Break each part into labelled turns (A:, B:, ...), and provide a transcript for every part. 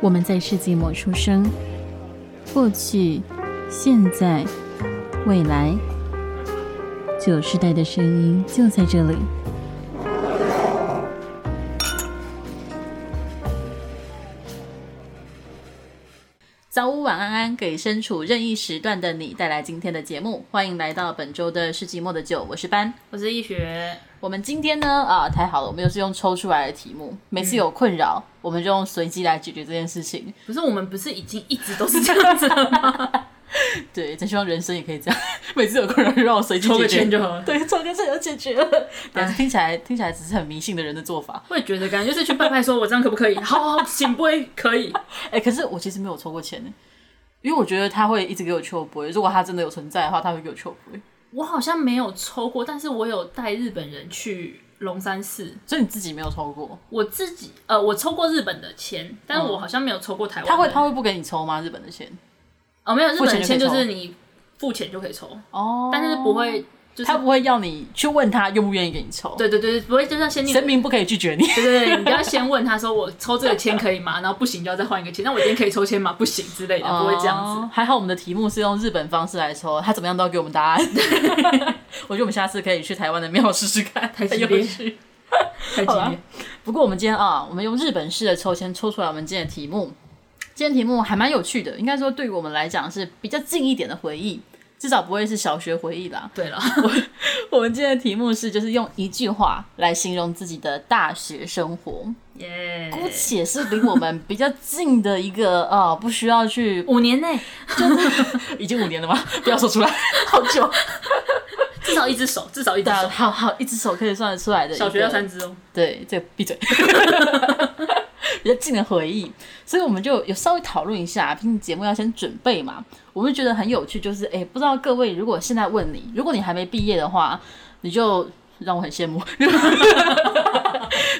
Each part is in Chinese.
A: 我们在世纪末出生，过去、现在、未来，九世代的声音就在这里。早午晚安安，给身处任意时段的你带来今天的节目，欢迎来到本周的世纪末的酒，我是班。
B: 我是易学，
A: 我们今天呢，啊，太好了，我们又是用抽出来的题目，每次有困扰，我们就用随机来解决这件事情。
B: 不是我们不是已经一直都是这样子了吗？
A: 对，真希望人生也可以这样， 每次有困扰就让我随机解决。
B: 好 了。
A: 对，抽个签就解决了。但是听起来听起来只是很迷信的人的做法。
B: 我也觉得，感觉就是去拜拜，说我这样可不可以？ 好好，行不会可以。
A: 哎、可是我其实没有抽过签呢，因为我觉得他会一直给我求杯。如果他真的有存在的话，他会给我求杯。
B: 我好像没有抽过，但是我有带日本人去龙山寺。
A: 所以你自己没有抽过，
B: 我自己呃，我抽过日本的签，但我好像没有抽过台湾的。
A: 他会他会不给你抽吗？日本的签？
B: 哦，没有日
A: 付
B: 本
A: 钱就可以
B: 的签就
A: 抽
B: 是你付钱就可以抽，
A: 哦
B: 但是不，会就是
A: 他不会要你去问他愿不愿意给你抽。，
B: 对对对，不会就是要先你
A: 神明不可以拒绝你。
B: 对对对，你不要先问他说我抽这个签可以吗？然后不行就要再换一个签。那我今天可以抽签吗？不行之类的， 不会这样子。
A: 哦还好我们的题目是用日本方式来抽，他怎么样都要给我们答案。 我觉得我们下次可以去台湾的庙试试看，
B: 太激
A: 有
B: 烈
A: 趣。
B: 太激
A: 好啦
B: 烈。
A: 不过我们今天啊，我们用日本式的抽签抽出来我们今天的题目。今天题目还蛮有趣的，应该说对于我们来讲是比较近一点的回忆，至少不会是小学回忆啦。
B: 对了，
A: 我们今天的题目是，就是用一句话来形容自己的大学生活，
B: 耶
A: 姑且是离我们比较近的一个啊、不需要去
B: 五年内
A: 已经五年了吗？不要说出来， 好久。
B: 至少一只手，至少一只
A: 对啊，
B: 手。
A: 好好，一只手可以算得出来的。
B: 小学要三，只哦。
A: 对，这个闭嘴。 比较近的回忆，所以我们就有稍微讨论一下，毕竟节目要先准备嘛，我们觉得很有趣。就是，哎、不知道各位如果现在问你，如果你还没毕业的话，你就让我很羡慕。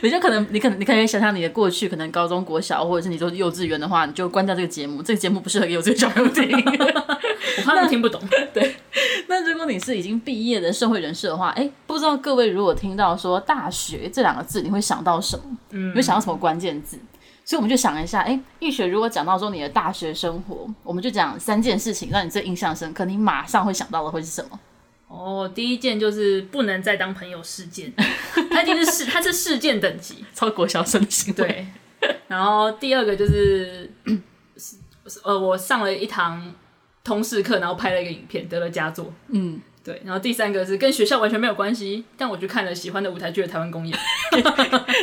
A: 你就可能，你可能，你可以想象你的过去，可能高中国小，或者是你都是幼稚园的话，你就关掉这个节目。这个节目不适合给幼稚园小朋友听。
B: 我怕他们听不懂。
A: 那如果你是已经毕业的社会人士的话，哎、不知道各位如果听到说“大学”这两个字，你会想到什么？嗯，你会想到什么关键字？所以我们就想一下，哎、易学如果讲到说你的大学生活，我们就讲三件事情让你最印象深刻，你马上会想到的会是什么？
B: 哦，第一件就是不能再当朋友事件，他已经是事，他是事件等级。
A: 超国小生的行为，
B: 对，然后第二个就是，是呃，我上了一堂通识课，然后拍了一个影片，得了佳作。
A: 嗯，
B: 对，然后第三个是跟学校完全没有关系，但我去看了喜欢的舞台剧的台湾公演，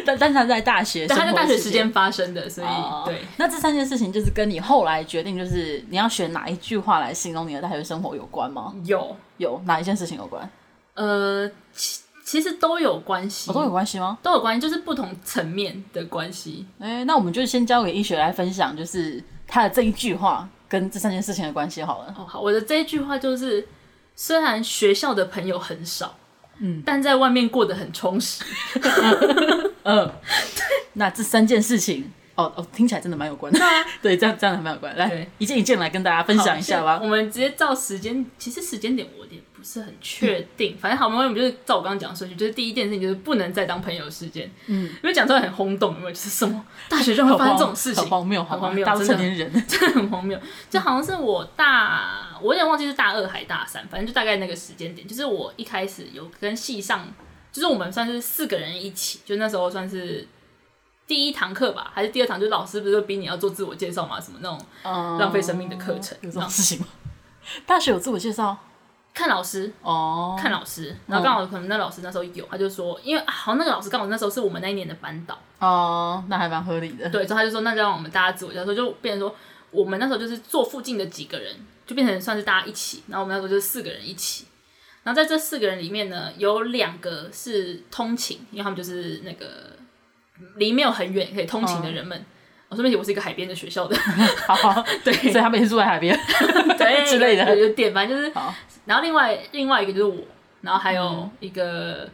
A: 但但是他在大学，
B: 但他在大学时
A: 时
B: 间。发生的，所以、
A: 哦
B: 对，
A: 那这三件事情就是跟你后来决定，就是你要选哪一句话来形容你的大学生活有关吗？
B: 有
A: 有哪一件事情有关？
B: 呃，其其实都有关系，
A: 我、哦都有关系吗？
B: 都有关系，就是不同层面的关系。
A: 哎、那我们就先交给医学来分享，就是他的这一句话跟这三件事情的关系好了。
B: 哦，好，我的这一句话就是，虽然学校的朋友很少，嗯，但在外面过得很充 实。
A: 那这三件事情，哦哦，听起来真的蛮有关的。 对，这样这样还蛮有关。来
B: 啊对，
A: 一件一件来跟大家分享一下
B: 好
A: 吧。
B: 我们直接照时间，其实时间点我有点不是很确
A: 嗯
B: 定。反正好，我们就是照我刚刚讲的顺序，就是第一件事情就是不能再当朋友的事件。嗯，因为讲出来很轰动，有没有？就是什么大学生会发生这种事情，
A: 好荒谬，好
B: 很荒谬，
A: 大家都
B: 真
A: 成
B: 的
A: 年人，
B: 真的很 荒谬。就好像是我大，我有点忘记是大二还大三，反正就大概那个时间点，就是我一开始有跟系上，就是我们算是四个人一起，就那时候算是。第一堂课吧，还是第二堂？就老师不是会逼你要做自我介绍嘛，什么那种
A: 嗯
B: 浪费生命的课程
A: 有这种事情吗？ 大学有自我介绍
B: 看老师，
A: 哦，
B: 看老师，然后刚好可能那老师那时候有，他就说，因为啊好像那个老师刚好那时候是我们那一年的班导，
A: 哦，那还蛮合理的。
B: 对，之后他就说那就让我们大家自我介绍，就变成说我们那时候就是坐附近的几个人，就变成算是大家一起，然后我们那时候就是四个人一起，然后在这四个人里面呢，有两个是通勤，因为他们就是那个离没有很远可以通勤的人们。我说明我是一个海边的学校的，
A: 好，好，
B: 对
A: 所以他们也是住在海边。
B: 对
A: 之类的
B: 有有点反正就是
A: 好，
B: 然后另外另外一个就是我，然后还有一个。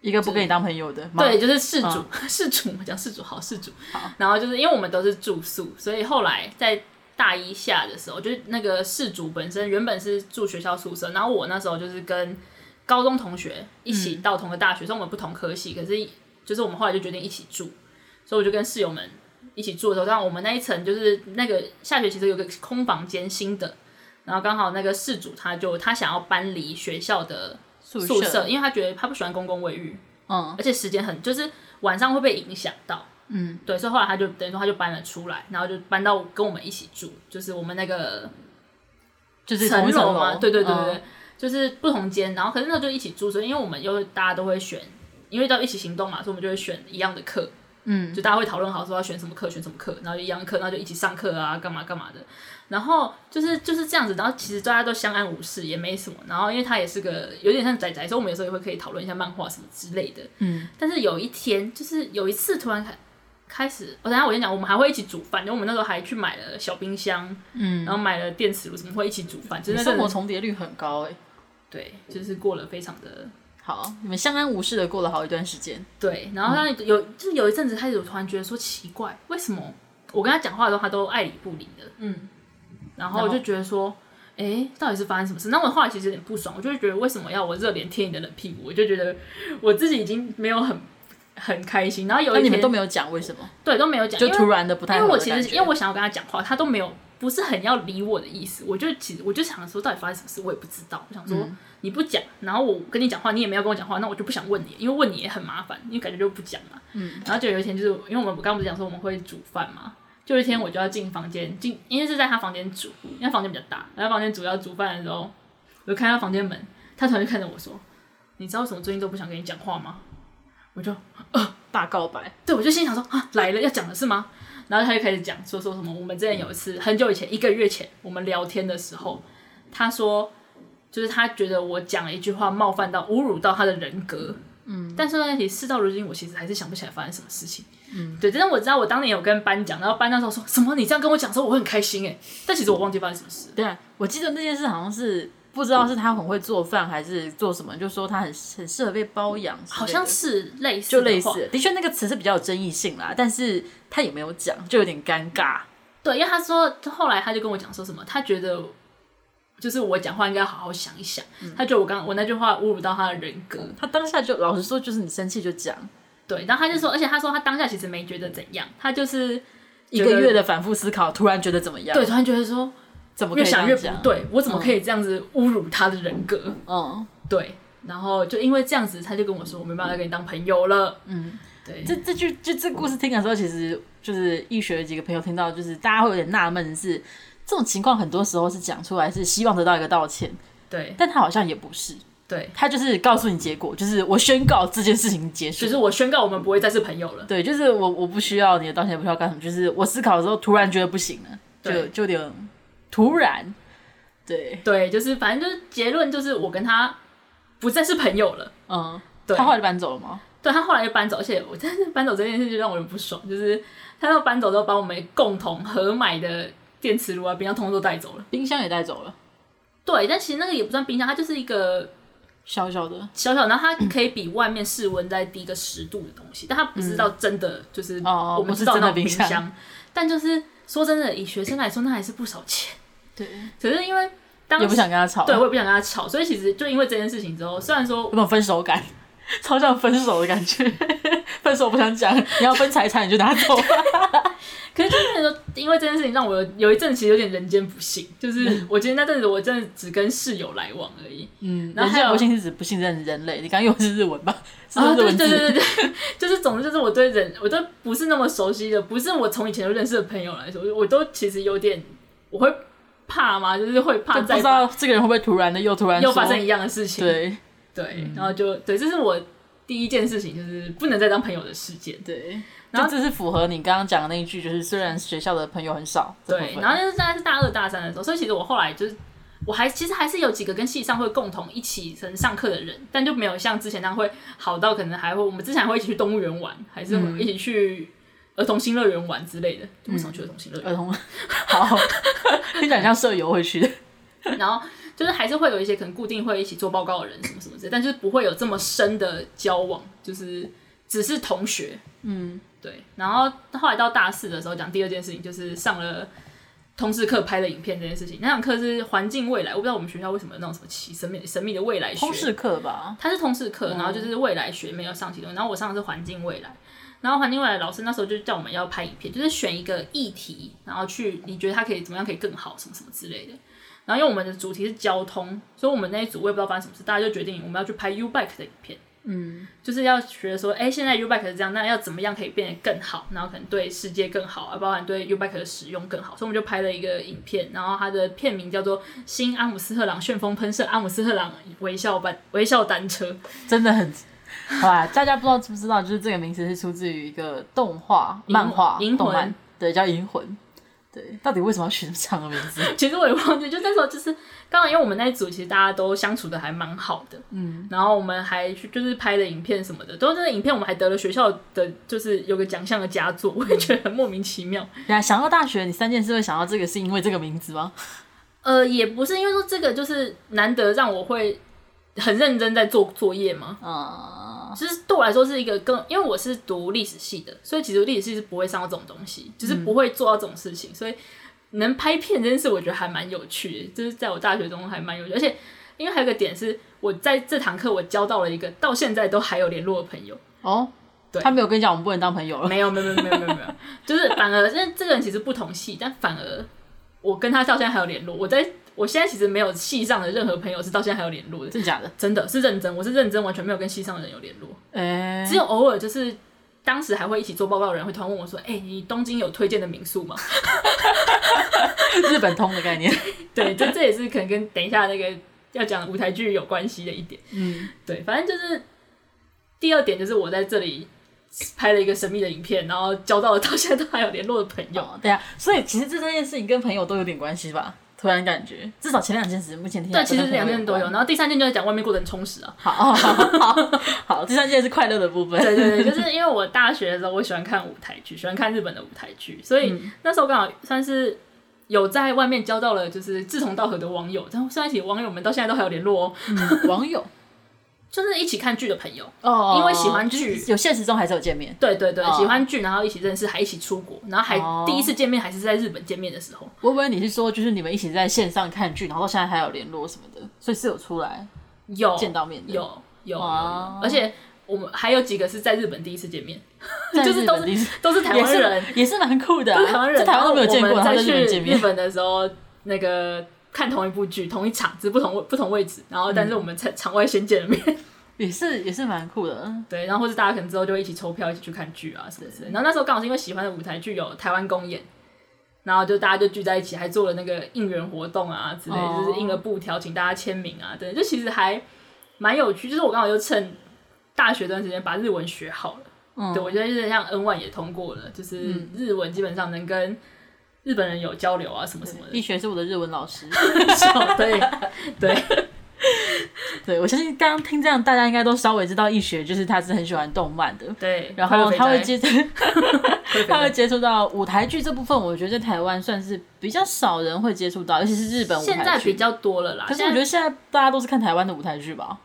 A: 一个不跟你当朋友的，
B: 对，，就是事主， 事主，我讲事主好，事主。然后就是因为我们都是住宿，所以后来在大一下的时候，就是那个事主本身原本是住学校宿舍，然后我那时候就是跟高中同学一起到同个大学，虽然我们不同科系，可是就是我们后来就决定一起住，所以我就跟室友们一起住的时候，但我们那一层就是那个下学期的时候有个空房间新的，然后刚好那个事主他就他想要搬离学校的
A: 宿
B: 宿舍，因为他觉得他不喜欢公共卫浴，
A: 嗯
B: 而且时间很就是晚上会被影响到。
A: 嗯，
B: 对，所以后来他就等于说他就搬了出来，然后就搬到跟我们一起住，就是我们那个
A: 就是同
B: 层
A: 一层
B: 嘛，
A: 楼
B: 对对对对对，
A: 嗯
B: 就是不同间，然后可是那就一起住，所以因为我们又大家都会选，因为到一起行动嘛，所以我们就会选一样的课，
A: 嗯，
B: 就大家会讨论好说要选什么课，选什么课，然后就一样的课，然后就一起上课啊，干嘛干嘛的，然后就是就是这样子，然后其实大家都相安无事，也没什么，然后因为他也是个有点像仔仔，所以我们有时候也会可以讨论一下漫画什么之类的，
A: 嗯，
B: 但是有一天就是有一次突然开。开始，我、等一下我先讲，我们还会一起煮饭，因为我们那时候还去买了小冰箱，嗯，然后买了电磁炉，什么会一起煮饭，就是那阵
A: 生
B: 子
A: 活重叠率很高哎、
B: 对，就是过了非常的
A: 好，你们相安无事的过了好一段时间，
B: 对。然后他
A: 嗯
B: 有、就是有一阵子开始，我突然觉得说奇怪，为什么我跟他讲话的时候，他都爱理不理的，
A: 嗯，
B: 然后我就觉得说。哎，到底是发生什么事？那我后来其实有点不爽，我就会觉得为什么要我热脸贴你的冷屁股？我就觉得我自己已经没有很很开心。然后有
A: 那
B: 一
A: 你
B: 天
A: 们都没有讲为什么，
B: 对都没有讲，
A: 就
B: 因为
A: 突然的不太
B: 因为
A: 好
B: 我
A: 的
B: 其
A: 感
B: 实
A: 觉
B: 因为我想要跟他讲话，他都没有不是很要理我的意思。我就其实我就想说，到底发生什么事，我也不知道。我想说、
A: 嗯
B: 你不讲，然后我跟你讲话，你也没有跟我讲话，那我就不想问你，因为问你也很麻烦，因为感觉就不讲嘛。嗯。然后就有一天，就是因为我们我刚不是讲说我们会煮饭嘛，就有一天我就要进房间进，因为是在他房间煮，因为他房间比较大，然后房间煮要煮饭的时候，我就开他房间门，他突然就看着我说：“你知道为什么最近都不想跟你讲话吗？”我就
A: 大告白，
B: 对，我就心想说啊，来了要讲的是吗？然后他就开始讲说说什么，我们之前有一次很久以前一个月前我们聊天的时候，他说就是他觉得我讲了一句话冒犯到侮辱到他的人格，嗯，但是呢，其实事到如今我其实还是想不起来发生什么事情，嗯，对，但是我知道我当年有跟班讲，然后班那时候说什么你这样跟我讲的时候我很开心哎，但其实我忘记发生什么事，
A: 对啊，我记得那件事好像是不知道是他很会做饭还是做什么，就说他很很适合被包养之类的，
B: 好像是类似
A: 就
B: 的
A: 类
B: 话
A: 似，的确那个词是比较有争议性啦，但是他也没有讲，就有点尴尬。
B: 对，因为他说后来他就跟我讲说什么，他觉得就是我讲话应该好好想一想，
A: 嗯
B: 他觉得我刚我那句话侮辱到他的人格，
A: 他当下就老实说，就是你生气就讲，
B: 对，然后他就
A: 嗯
B: 说，而且他说他当下其实没觉得怎样，他就是
A: 一
B: 觉
A: 个
B: 得
A: 月的反复思考，突然觉得怎么样？
B: 对，，突然觉得说
A: 怎么可
B: 越
A: 以这
B: 想
A: 样
B: 越不
A: 讲？
B: 对，我怎么可以这样子侮辱他的人格？
A: 嗯，
B: 对，然后就因为这样子，他就跟我说，我没办法再跟你当朋友了，嗯，对，
A: 这这句就这故事听的时候，其实就是易学几个朋友听到，就是大家会有点纳闷是，这种情况很多时候是讲出来是希望得到一个道歉，
B: 对
A: 但他好像也不是，
B: 对，
A: 他就是告诉你结果，就是我宣告这件事情结束
B: 就。是我宣告我们不会再是朋友了。
A: 对，就是我我不需要你的道歉，不需要干什么，就是我思考的时候突然觉得不行了，就
B: 对
A: 就有点突然，对，
B: 对，就是反正就是结论就是我跟他不再是朋友了。
A: 嗯，
B: 对
A: 他后来就搬走了吗？
B: 对他后来就搬走，而且我但是搬走这件事就让我很不爽，就是他要搬走之后把我们共同合买的电磁炉啊、冰箱通通都带走了。
A: 冰箱也带走了，
B: 对，但其实那个也不算冰箱，它就是一个
A: 小小的，
B: 小小，然后它可以比外面室温再低个十度的东西，但它不知道真的嗯就是
A: 哦
B: 我们
A: 不是
B: 知道
A: 真的
B: 那种
A: 冰
B: 冰
A: 箱
B: 但就是说真的，以学生来说那还是不少钱。
A: 对，
B: 可是因为当
A: 也不
B: 时
A: 想跟他吵，
B: 对，我
A: 有
B: 也不想啊跟他吵，所以其实就因为这件事情之后，虽然说
A: 种分手感， 超像分手的感觉， 分手不想讲，你要分财产你就拿 走吧，
B: 可是就变成说，因为这件事情让我有有一阵其实有点人间不幸， 就是我觉得那阵子我真的只跟室友来往而已。
A: 嗯，
B: 然
A: 人
B: 后还有
A: 家不信是指不信任人类，你刚刚用的是日文吧？是不是
B: 啊，
A: 日
B: 对
A: 文
B: 对
A: 字，
B: 对对对， 就是总之就是我对人，我都不是那么熟悉的，不是我从以前就认识的朋友来说，我都其实有点我会怕嘛，就是会怕
A: 就不
B: 再
A: 知道这个人会不会突然的又突然
B: 又
A: 说
B: 发生一样的事情。
A: 对
B: 对然后就对，这是我第一件事情，就是不能再当朋友的事件。
A: 对，然
B: 然后
A: 后这是符合你刚刚讲的那一句，就是虽然学校的朋友很少，这部
B: 对，
A: 分
B: 然后就是大概是大二大三的时候，所以其实我后来就是。我还其实还是有几个跟系上会共同一起可能上课的人，但就没有像之前那样会好到可能还会我们之前还会一起去动物园玩，还是
A: 嗯
B: 一起去儿童新乐园玩之类的。就不常去儿童新乐园？
A: 儿童 好，听起来像舍友会 去的，
B: 然后就是还是会有一些可能固定会一起做报告的人什么什么之类，但就是不会有这么深的交往，就是只是同学。嗯，对。然后后来到大四的时候，讲第二件事情就是上了通识课拍的影片这件事情。那堂课是环境未来，我不知道我们学校为什么有那种什么奇神秘神秘的未来学。
A: 通识课吧，
B: 它是通识课，然后就是未来学没有上其中，然后我上的是环境未来。然后环境未来老师那时候就叫我们要拍影片，就是选一个议题，然后去你觉得它可以怎么样可以更好，什么什么之类的。然后因为我们的主题是交通，所以我们那一组我也不知道发生什么事，大家就决定我们要去拍 U Bike 的影片。
A: 嗯，
B: 就是要学说，哎、现在 U Bike 是这样，那要怎么样可以变得更好？然后可能对世界更好，啊，包含对 U Bike 的使用更好。所以我们就拍了一个影片，然后它的片名叫做《新阿姆斯特朗旋风喷射阿姆斯特朗微笑班微笑单车》。
A: 真的很。好吧，大家不知道知不知道，就是这个名词是出自于一个动画、漫画、
B: 银魂
A: 动漫，对，叫《银魂》。对，到底为什么要取这么长的名字？
B: 其实我也忘记，就那时候就是，当然因为我们那一组其实大家都相处的还蛮好的，
A: 嗯，
B: 然后我们还去就是拍的影片什么的，都这个影片我们还得了学校的就是有个奖项的佳作，我也觉得很莫名其妙。
A: 对啊，想到大学，你三件事会想到这个，是因为这个名字吗？
B: 呃，也不是因为说这个就是难得让我会很认真在做作业嘛，
A: 啊、
B: 其实对我来说是一个更，因为我是读历史系的，所以其实历史系是不会上到这种东西，就是不会做到这种事情，所以能拍片这件事，我觉得还蛮有趣的，就是在我大学中还蛮有趣，而且因为还有一个点是，我在这堂课我交到了一个到现在都还有联络的朋友，
A: 哦，
B: 对
A: 他没有跟你讲我们不能当朋友了。
B: 没有没有没有没有没有没有，就是反而那这个人其实不同系，但反而我跟他到现在还有联络，我在我现在其实没有系上的任何朋友是到现在还有联络的，
A: 真的假的？
B: 真的是认真，我是认真，完全没有跟系上的人有联络。
A: 哎、
B: 只有偶尔就是当时还会一起做报告的人会突然问我说：“哎、你东京有推荐的民宿吗
A: 日本通的概念。？”
B: 对，这这也是可能跟等一下那个要讲的舞台剧有关系的一点。
A: 嗯，
B: 对，反正就是第二点就是我在这里拍了一个神秘的影片，然后交到了到现在都还有联络的朋友。
A: 有对啊，所以其实这三件事情跟朋友都有点关系吧？突然感觉，至少前两件事，目前听起来
B: 对，其实
A: 跟朋友
B: 两件都有，
A: 关
B: 然。后第三件就是讲外面过得很充实啊。
A: 好好好好好，第三件是快乐的部分。
B: 对对对，就是因为我大学的时候，我喜欢看舞台剧，喜欢看日本的舞台剧，所以
A: 嗯
B: 那时候刚好算是有在外面交到了就是志同道合的网友，然后在一起的网友们到现在都还有联络哦，
A: 嗯网友
B: 就是一起看剧的朋友。
A: 哦
B: 因为喜欢剧
A: 就是有现实中还是有见面。
B: 对对对，
A: 哦
B: 喜欢剧，然后一起认识，还一起出国，然后还、
A: 哦
B: 第一次见面还是在日本见面的时候。
A: 我以为你是说，就是你们一起在线上看剧，然后到现在还有联络什么的，所以是有出来
B: 有
A: 见到面的。
B: 有有有有
A: 哦
B: 而且我们还有几个是在日本第一次见面，
A: 在
B: 就是
A: 日
B: 都
A: 本
B: 是
A: 地
B: 都是台
A: 也
B: 湾
A: 是
B: 人，
A: 也是蛮酷的啊、
B: 都是台湾人，
A: 在台湾都没有见过，
B: 然
A: 然
B: 后
A: 后
B: 我
A: 在
B: 们
A: 日
B: 再
A: 本
B: 去
A: 见
B: 日
A: 面。
B: 本的时候，那个看同一部剧、同一场，只是不同位不同位置，然后
A: 嗯
B: 但是我们在场外先见了面，
A: 也是也是蛮酷的，嗯
B: 对，然后或者大家可能之后就一起抽票一起去看剧啊什么之类的。然后那时候刚好是因为喜欢的舞台剧有台湾公演。然后就大家就聚在一起，还做了那个应援活动啊之类的
A: 哦
B: 就是印了布条请大家签名啊，对，就其实还蛮有趣。就是我刚好就趁大学这段时间把日文学好了，
A: 嗯
B: 对，我觉得就是像 N one 也通过了，就是日文基本上能跟日本人有交流啊，什么什么
A: 一
B: 的。
A: 学是我的日文老师，
B: 对对，
A: 对我相信刚刚听这样，大家应该都稍微知道一学就是他是很喜欢动漫的，
B: 对，
A: 然后他会
B: 接，
A: 接他会接触到舞台剧这部分，我觉得在台湾算是比较少人会接触到，尤其是日本舞
B: 现在
A: 台
B: 比
A: 剧。
B: 较多了啦。
A: 可是
B: 现
A: 我
B: 在
A: 觉得现在大家都是看台湾的舞台剧吧？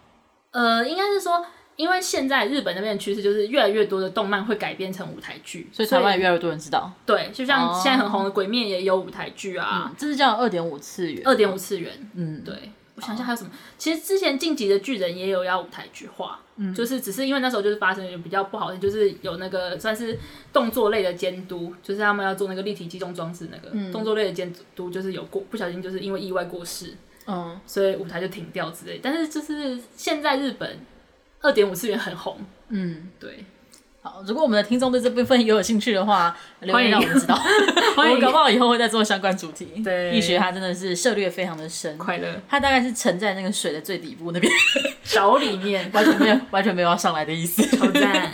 B: 呃，应该是说，因为现在日本那边的趋势就是越来越多的动漫会改编成舞台剧，
A: 所以台湾也越来越多人知道。
B: 对，就像
A: 哦
B: 现在很红的《鬼灭》也有舞台剧啊，
A: 嗯，这是叫二点五次元。
B: 二点五次元，
A: 嗯，
B: 对，我想一下还有什么？其实之前《晋级的巨人》也有要舞台剧化，
A: 嗯
B: 就是只是因为那时候就是发生比较不好的，就是有那个算是动作类的监督，就是他们要做那个立体机动装置那个、
A: 嗯
B: 动作类的监督，就是有过不小心就是因为意外过世，
A: 嗯，
B: 所以舞台就停掉之类。但是就是现在日本二点五次元很红，
A: 嗯，
B: 对，
A: 好。如果我们的听众对这部分也有兴趣的话，留
B: 欢
A: 言
B: 迎
A: 让我们知道。 我
B: 欢迎
A: 们搞不好以后会再做相关主题。
B: 对
A: 易学它真的是涉猎非常的深，
B: 快乐
A: 它大概是沉在那个水的最底部那边，
B: 小里面
A: 完全没有完全没有要上来的意思。
B: 挑战，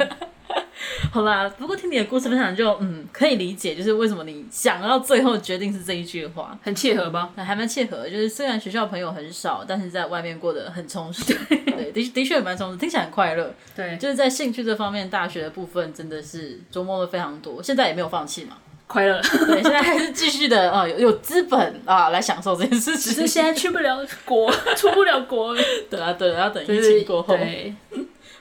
A: 好啦，不过听你的故事分享就嗯可以理解，就是为什么你想到最后决定是这一句话，
B: 很切合吧？
A: 那还蛮切合的。就是虽然学校朋友很少，但是在外面过得很充实，对，的的确也蛮充实，听起来很快乐。
B: 对，
A: 就是在兴趣这方面，大学的部分真的是琢磨了非常多，现在也没有放弃嘛。
B: 快 乐。
A: 对，现在还是继续的啊、呃有有资本啊来享受这件事
B: 只是
A: 情。
B: 现在去不了国，出不了国，
A: 对啊，对啊，要等
B: 就
A: 疫
B: 是
A: 情过后。
B: 对，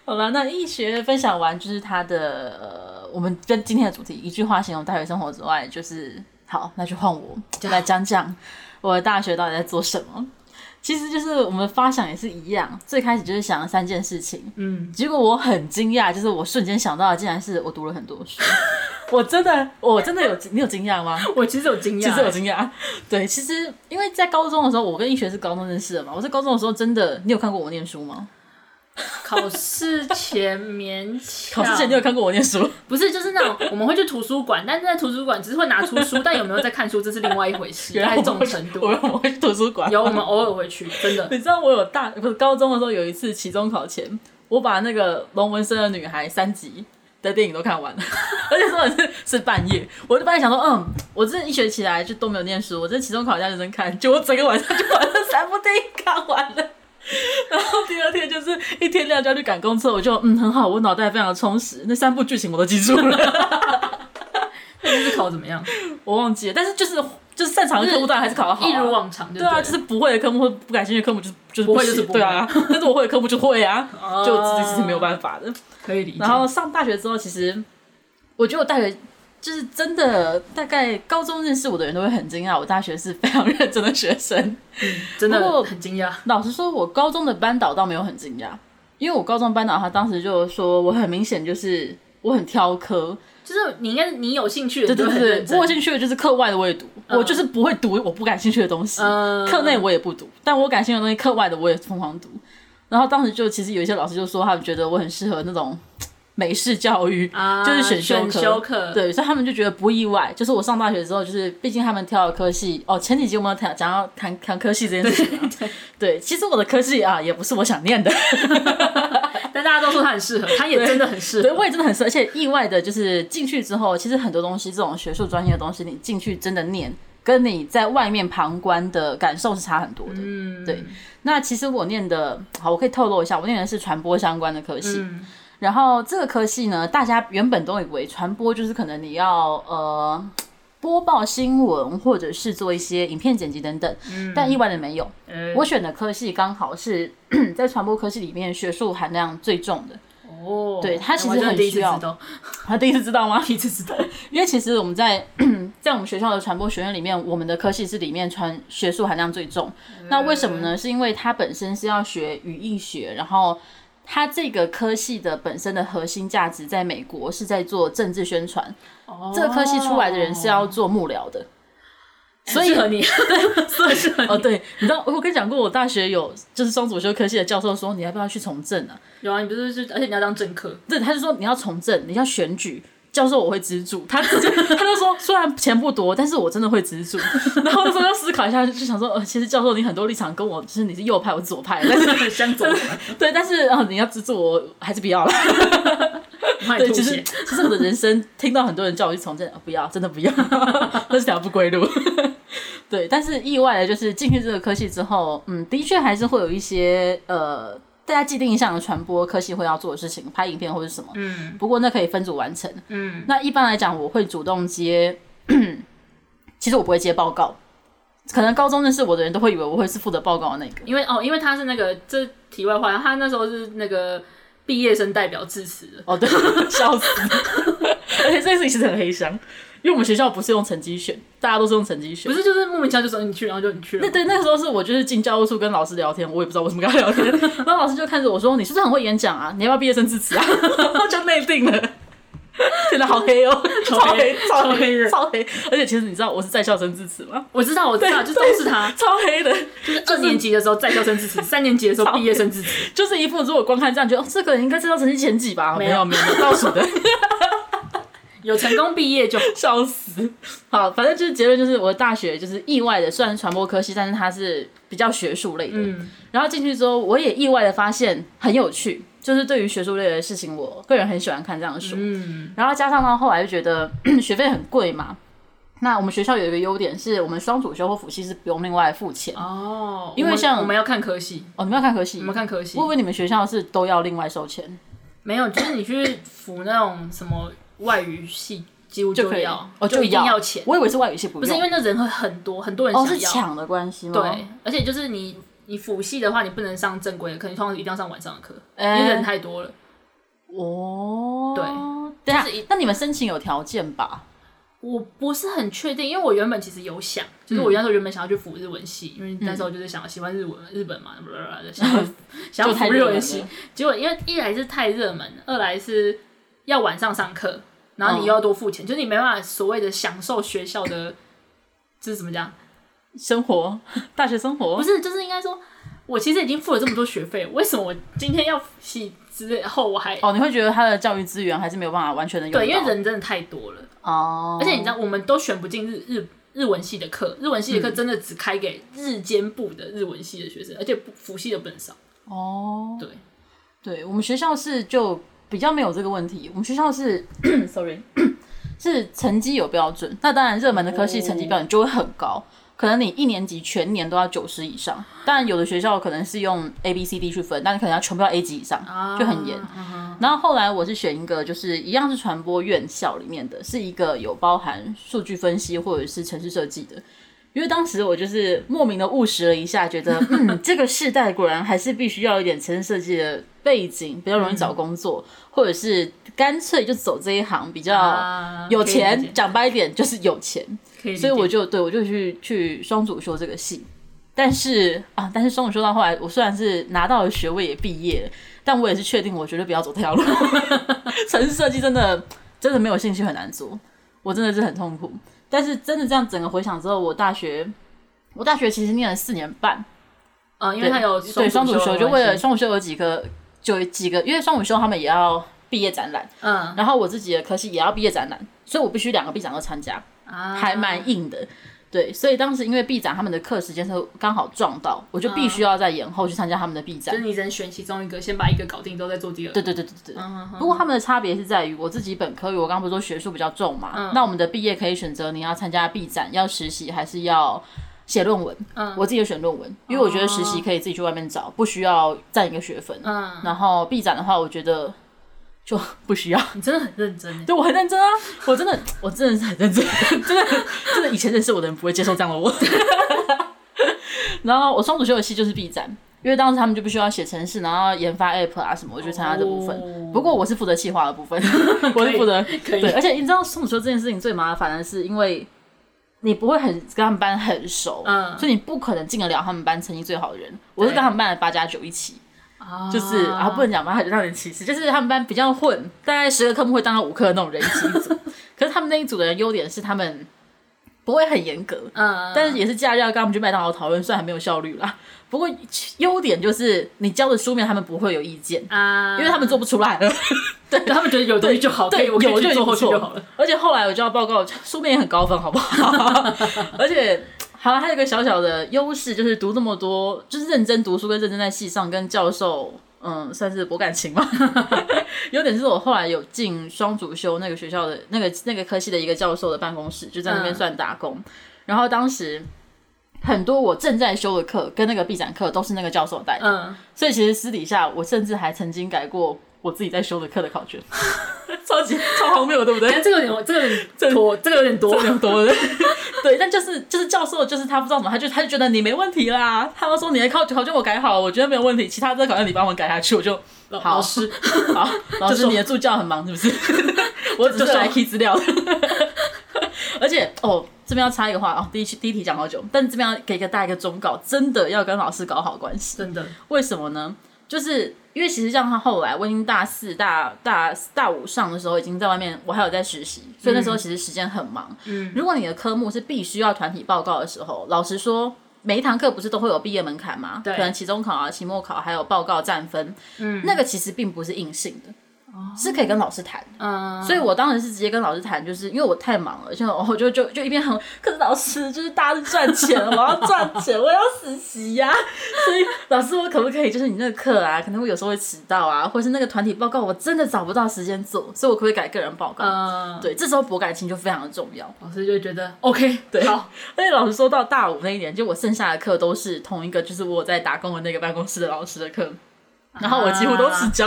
A: 好了，那易学分享完就是他的呃，我们跟今天的主题一句话形容大学生活之外，就是好，那就换我来讲讲我的大学到底在做什么。其实就是我们发想也是一样，最开始就是想了三件事情，
B: 嗯，
A: 结果我很惊讶，就是我瞬间想到的竟然是我读了很多书，我真的我真的有你有惊讶吗？
B: 我其实有惊讶，
A: 其实我惊讶，对，其实因为在高中的时候，我跟易学是高中认识的嘛。我在高中的时候，真的，你有看过我念书吗？
B: 考试前勉强，
A: 考试前你有看过我念书？
B: 不是就是那种我们会去图书馆，但是在图书馆只是会拿出书，但有没有在看书，这是另外一回事，
A: 原来
B: 还
A: 我
B: 是这种程
A: 我
B: 度。
A: 我会去图书馆。
B: 有我们偶尔会去，真的
A: 你知道我有大不是高中的时候有一次期中考前，我把那个龙纹身的女孩三集的电影都看完了， 而且说的是是半夜，我就半夜想说，嗯，我这一学期来就都没有念书，我这期中考一下认真看，结果整个晚上就把这三部电影看完了。然后第二天就是一天亮就要去赶公厕，我就嗯很好，我脑袋非常的充实，那三部剧情我都记住了，
B: 就是考怎么样，
A: 我忘记了，但是就是就是擅长的科目当然还是考得好、啊，
B: 嗯一如往常，
A: 对啊，
B: 不
A: 就是不会的科目或不感兴趣的科目就是就是
B: 不会
A: 行
B: 就是不会嗯
A: 对啊， 但是我会的科目就会啊，
B: 哦
A: 就这这是没有办法的。
B: 可以理解。
A: 然后上大学之后，其实我觉得我大学就是真的，大概高中认识我的人都会很惊讶，我大学是非常 认真的学生。
B: 真
A: 不
B: 的
A: 过
B: 很惊讶，
A: 老实说，我高中的班导倒没有很惊讶，因为我高中班导他当时就说我很明显就是我很挑科，
B: 就是你应该是你有兴趣
A: 对
B: 的，你就
A: 对
B: 会很
A: 对
B: 认
A: 对，
B: 真
A: 我有兴趣的就是课外的我也读，我就是不会读我不感兴趣的东西。
B: 嗯
A: 课内我也不读，但我感兴趣的东西，课外的我也疯狂读。然后当时就其实有一些老师就说，他们觉得我很适合那种美式教育，
B: 啊
A: 就是
B: 选
A: 修科。
B: 修课，
A: 对，所以他们就觉得不意外。就是我上大学之后，就是毕竟他们挑的科系，哦，前几集我们有谈讲到谈谈科系这件事情、啊。 对，其实我的科系啊，也不是我想念的。
B: 但大家都说他很适合，他也真的很适
A: 对，
B: 合。
A: 我也真的很深，而且意外的就是进去之后，其实很多东西，这种学术专业的东西，你进去真的念，跟你在外面旁观的感受是差很多的。
B: 嗯，
A: 对，那其实我念的，好，我可以透露一下，我念的是传播相关的科系。
B: 嗯
A: 然后这个科系呢，大家原本都以为传播就是可能你要呃播报新闻，或者是做一些影片剪辑等等，
B: 嗯
A: 但意外的没有。
B: 呃
A: 我选的科系刚好是 在传播科系里面学术含量最重的。
B: 哦，
A: 对他其实
B: 哎我真的
A: 很
B: 第一次
A: 需要
B: 知道
A: 他 第一次知道吗？
B: 第一次知道，
A: 因为其实我们在 在我们学校的传播学院里面，我们的科系是里面传学术含量最重。那为什么呢？是因为它本身是要学语义学，然后它这个科系的本身的核心价值，在美国是在做政治宣传。
B: 哦
A: 这个科系出来的人是要做幕僚的。
B: 所以哦适 合你，对，所以适合
A: 哦，
B: 你。
A: 对，你知道我跟你讲过，我大学有就是双主修科系的教授说，你要不要去从政啊？
B: 有啊，你不是就而且你要当政客，
A: 对，他就说你要从政，你要选举。教授我会资助，他直接他就 说，虽然钱不多，但是我真的会资助。 然后那时候要思考一下，就想说，呃，其实教授你很多立场跟我，就是你是右派，我是左派，但是
B: 想走，
A: 对，但是啊、呃你要资助我还是不要了。
B: 怕你
A: 对，
B: 吐
A: 其实
B: 血。
A: 其实我的人生听到很多人叫我去从政，啊不要，真的不要， 那是条不归路。 对，但是意外的就是进去这个科系之后，嗯，的确还是会有一些呃大家既定印象的传播科系会要做的事情，拍影片或者什么。
B: 嗯
A: 不过那可以分组完成。
B: 嗯，
A: 那一般来讲，我会主动接，其实我不会接报告。可能高中认识我的人都会以为我会是负责报告的那个。
B: 因为哦，因为他是那个这题外话，他那时候是那个毕业生代表致辞的，
A: 哦，对，笑死！ 而且这件事情其实很黑箱，因为我们学校不是用成绩选，大家都是用成绩选
B: 不。是就是莫名其妙就说你去，然后就你去了
A: 那。对，那个时候是我就是进教务处跟老师聊天，我也不知道为什么跟他聊天， 然后老师就看着我说：“你是不是很会演讲啊？你要不要毕业生致辞啊？” 就内定了。真的好黑哦，超黑，超
B: 超黑
A: 黑，
B: 人
A: 超黑！而且其实你知道我是在校生致辞吗？
B: 我知道，我知道，就都是他，
A: 超黑的，
B: 就是二年级的时候在校生致 辞，三年级的时候毕业嗯生致辞，
A: 就是一副如果光看这样觉得、哦、这个人应该知道成绩前几吧，
B: 没
A: 没有
B: 有
A: 没有没有倒数 的，
B: 有成功毕业就好。
A: 笑死！好，反正就是结论就是我的大学就是意外的，虽然是传播科系，但是它是比较学术类的。
B: 嗯，
A: 然后进去之后，我也意外的发现很有趣，就是对于学术类的事情，我个人很喜欢看这样的书。
B: 嗯，
A: 然后加上到后来就觉得嗯学费很贵嘛，那我们学校有一个优点是我们双主修或辅系是不用另外付钱。
B: 哦，
A: 因为像
B: 我们我们要看科系，
A: 哦，你们要看科系？
B: 我们看科系
A: 我以为你们学校是都要另外收钱。
B: 没有，就是你去辅那种什么外语系，几乎
A: 可以
B: 要，
A: 哦，
B: 就
A: 就
B: 一定要钱。
A: 我以为是外语系不用，
B: 不是因为那人会很多，很多人
A: 哦
B: 想
A: 是
B: 要。
A: 抢的关系吗？
B: 对，而且就是你你辅系的话，你不能上正规的课，你通常一定要上晚上的课，
A: 哎
B: 因为人太多了。
A: 哦，
B: 对，
A: 等一下
B: 就是一，
A: 那你们申请有条件吧？
B: 我不是很确定，因为我原本其实有想，就是
A: 嗯
B: 我那时候原本想要去辅日文系，因为那时候就是想喜欢日文日本嘛，blah blah blah 的 想要想要
A: 就太
B: 辅日
A: 热门
B: 文系
A: 了，
B: 结果因为一来是太热门了，二来是要晚上上课，
A: 嗯
B: 然后你又要多付钱，就是你没办法所谓的享受学校的，这是怎么讲？
A: 生活， 大学生活
B: 不是，就是应该说，我其实已经付了这么多学费，为什么我今天要洗之后我还、
A: 哦，你会觉得他的教育资源还是没有办法完全的用到，
B: 对？因为人真的太多了。
A: 哦，
B: 而且你知道，我们都选不进日日日文系的课，日文系的课真的只开给日间部的日文系的学生，而且不辅系的本少。
A: 哦，
B: 对，
A: 对我们学校是就比较没有这个问题，我们学校是 ，sorry，是成绩有标准，那当然热门的科系成绩标准就会很高，可能你一年级全年都要九十以上，当然有的学校可能是用 A B C D 去分，但你可能要全部要 A 级以上，就很严。然后后来我是选一个，就是一样是传播院校里面的，是一个有包含数据分析或者是城市设计的。因为当时我就是莫名的务实了一下，觉 得嗯，这个世代果然还是必须要有一点城市设计的背景，比较容易找工作，或者是干脆就走这一行比较
B: 啊
A: 有
B: 可以理
A: 钱。
B: 解
A: 讲白一点就是有钱，
B: 可以理解
A: 所以我就对我就去去双主修这个系。但是啊，但是双主修到后来，我虽然是拿到了学位也毕业了，但我也是确定我绝对不要走这条路。 城市设计真的真的没有兴趣，很难做，我真的是很痛苦。但是真的这样整个回想之后，我大学我大学其实念了四年半，
B: 呃，因为他有
A: 对双主
B: 主
A: 修，
B: 的
A: 就为了
B: 关系
A: 双主修有几个就有几个，因为双主修他们也要毕业展览，
B: 嗯
A: 然后我自己的科系也要毕业展览，所以我必须两个毕业展都参加。
B: 啊
A: 还蛮硬的。对，所以当时因为 B 展他们的课时间是刚好撞到，我就必须要在延后去参加他们的 B 展。
B: 就是你只能选其中一个，先把一个搞定，之后再做第二
A: 对
B: 个。
A: 对对对对。不过他们的差别是在于，我自己本科，我刚刚不是说学术比较重嘛，那我们的毕业可以选择你要参加 B 展、要实习还是要写论文。嗯，我自己就选论文，因为我觉得实习可以自己去外面找，不需要占一个学分。
B: 嗯，
A: 然后 B 展的话，我觉得就 不需要。
B: 你真的很认真耶 欸
A: 对我很认真啊，我真的，我真的是很认真，真的，真的以前认识我的人不会接受这样的我。 然后我双主修的戏就是 B 站，因为当时他们就必须要写程式，然后研发 app 啊什么，我就参加这部分。
B: 哦
A: 不过我是负责企划的部 分，我是负责
B: 可以
A: 对，而且你知道双主修这件事情最麻烦的是，因为你不会很跟他们班很熟，
B: 嗯
A: 所以你不可能进得了他们班成绩最好的人。我是跟他们班的八加九一起。
B: 啊，
A: 就是啊，不能讲吧，让人歧视，就是他们班比较混，大概十个科目会当到五科的那种人一起组。可是他们那一组的人优点是他们不会很严格，
B: 嗯，
A: 但是也是假日要跟他们去麦当劳讨论，虽然很没有效率啦。不过优点就是你教的书面他们不会有意见，
B: 啊，
A: 因为他们做不出来了。
B: 对他们觉得有东西就好，可以
A: 对，
B: 我可以
A: 有
B: 去
A: 就已经
B: 做
A: 不
B: 后续
A: 错
B: 就好了。。
A: 而且后来我就要报告，书面也很高分，好不 好？而且好了，还有一个小小的优势，就是读这么多，就是认真读书跟认真在系上跟教授，嗯，算是博感情吧。 有点是我后来有进双主修那个学校的那个那个科系的一个教授的办公室，就在那边
B: 嗯
A: 算打工。然后当时很多我正在修的课跟那个必展课都是那个教授带的，
B: 嗯，
A: 所以其实私底下，我甚至还曾经改过我自己在修的课的考卷， 超级超荒谬，对不对？
B: 哎但这个有点，这个有点多，这个有点多，
A: 有点多的， 对，但就是就是教授，就是他不知道怎么，他就他就觉得你没问题啦，他要说你的考考卷我改好了，我觉得没有问题，其他这个考卷你帮我改下去， 我就
B: 老
A: 好
B: 老师，
A: 好，老
B: 就
A: 师
B: 说
A: 你的助教很忙是不 是？我只是来 key 资料的。 而且哦，这边要插一个话哦，第一第一题讲好久，但这边要给个大一个忠告，真的要跟老师搞好关系。
B: 真的，
A: 为什么呢？就是因为其实像他后来，我已经大四、大大大五上的时候，已经在外面，我还有在实习，所以那时候其实时间很忙。嗯，如果你的科目是必须要团体报告的时候，老实说，每一堂课不是都会有毕业门槛吗？
B: 对
A: 可能期中考啊、期末考，还有报告占分，嗯，哦那个其实并不是硬性的。是可以跟老师谈的，
B: 嗯，
A: 所以我当时是直接跟老师谈，就是因为我太忙了，就我就就就一边很，可是老师就是大家是赚钱，我要赚钱，我要实习呀、所以老师我可不可以就是你那个课啊，可能我有时候会迟到啊，或者是那个团体报告我真的找不到时间做，所以我可不可以改个人报告？
B: 嗯，
A: 对，这时候博感情就非常的重要。
B: 老师就会觉得 OK，对，好，
A: 而且老师说到大五那一年，就我剩下的课都是同一个，就是我在打工的那个办公室的老师的课，
B: 啊
A: 然后我几乎都迟交，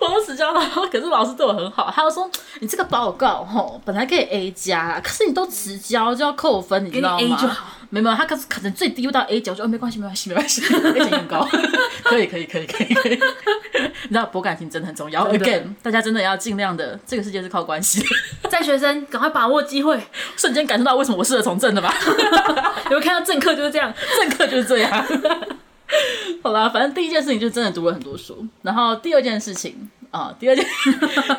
A: 我都迟交了。然后可是老师对我很好，他就说你这个报告吼本来可以 A 加，可是你都迟交就要扣分，你
B: 给
A: 知
B: 你
A: 道吗？
B: A 就好，
A: 没有没有，他可可能最低又到 A 级，我说哦没关系没关系没关系，A 级更高， 可以可以可以可以可以。 你知道博感情真的很重要
B: 真的
A: ，again，大家真的要尽量的，这个世界是靠关系。
B: 在学生赶快把握机会，
A: 瞬间感受到为什么我适合从政的吧，
B: 有没有看到政客就是这样？
A: 政客就是这样。 好啦，反正第一件事情就真的读了很多书，然后第二件事情啊、第二件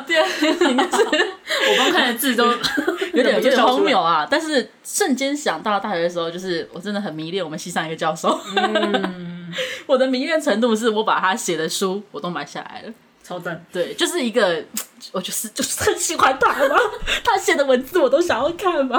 A: 第二件事情就是
B: 我光看的字都
A: 有点有点荒
B: 谬。
A: 谬啊，但是瞬间想到大学的时候，就是我真的很迷恋我们系上一个教授，
B: 嗯
A: 我的迷恋程度是我把他写的书我都买下来了。
B: 超赞，
A: 对，就是一个，我就是就是很喜欢他嘛， 他写的文字我都想要看嘛，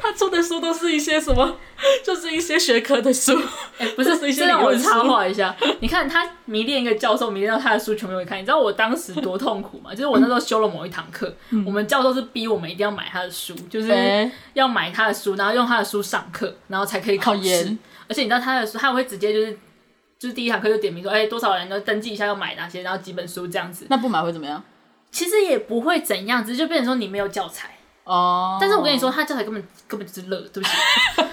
A: 他出的书都是一些什么， 就是一些学科的书，
B: 哎、不
A: 这是一些
B: 是，这让
A: 理
B: 我
A: 论
B: 插
A: 书
B: 话一下。你看他迷恋一个教授，迷恋到他的书全部都会看。你知道我当时多痛苦吗？就是我那时候修了某一堂课，我们教授是逼我们一定要买他的书，就是
A: 嗯哎
B: 要买他的书，然后用他的书上课，然后才可以考
A: 好
B: 试
A: 严。
B: 而且你知道他的书，他会直接就是就是第一堂课就点名说，哎、多少人都登记一下要买哪些，然后几本书这样子。
A: 那不买会怎么样？
B: 其实也不会怎样，只是就变成说你没有教材。
A: 哦，
B: 但是我跟你说，他教材根本根本就是乐，对不起，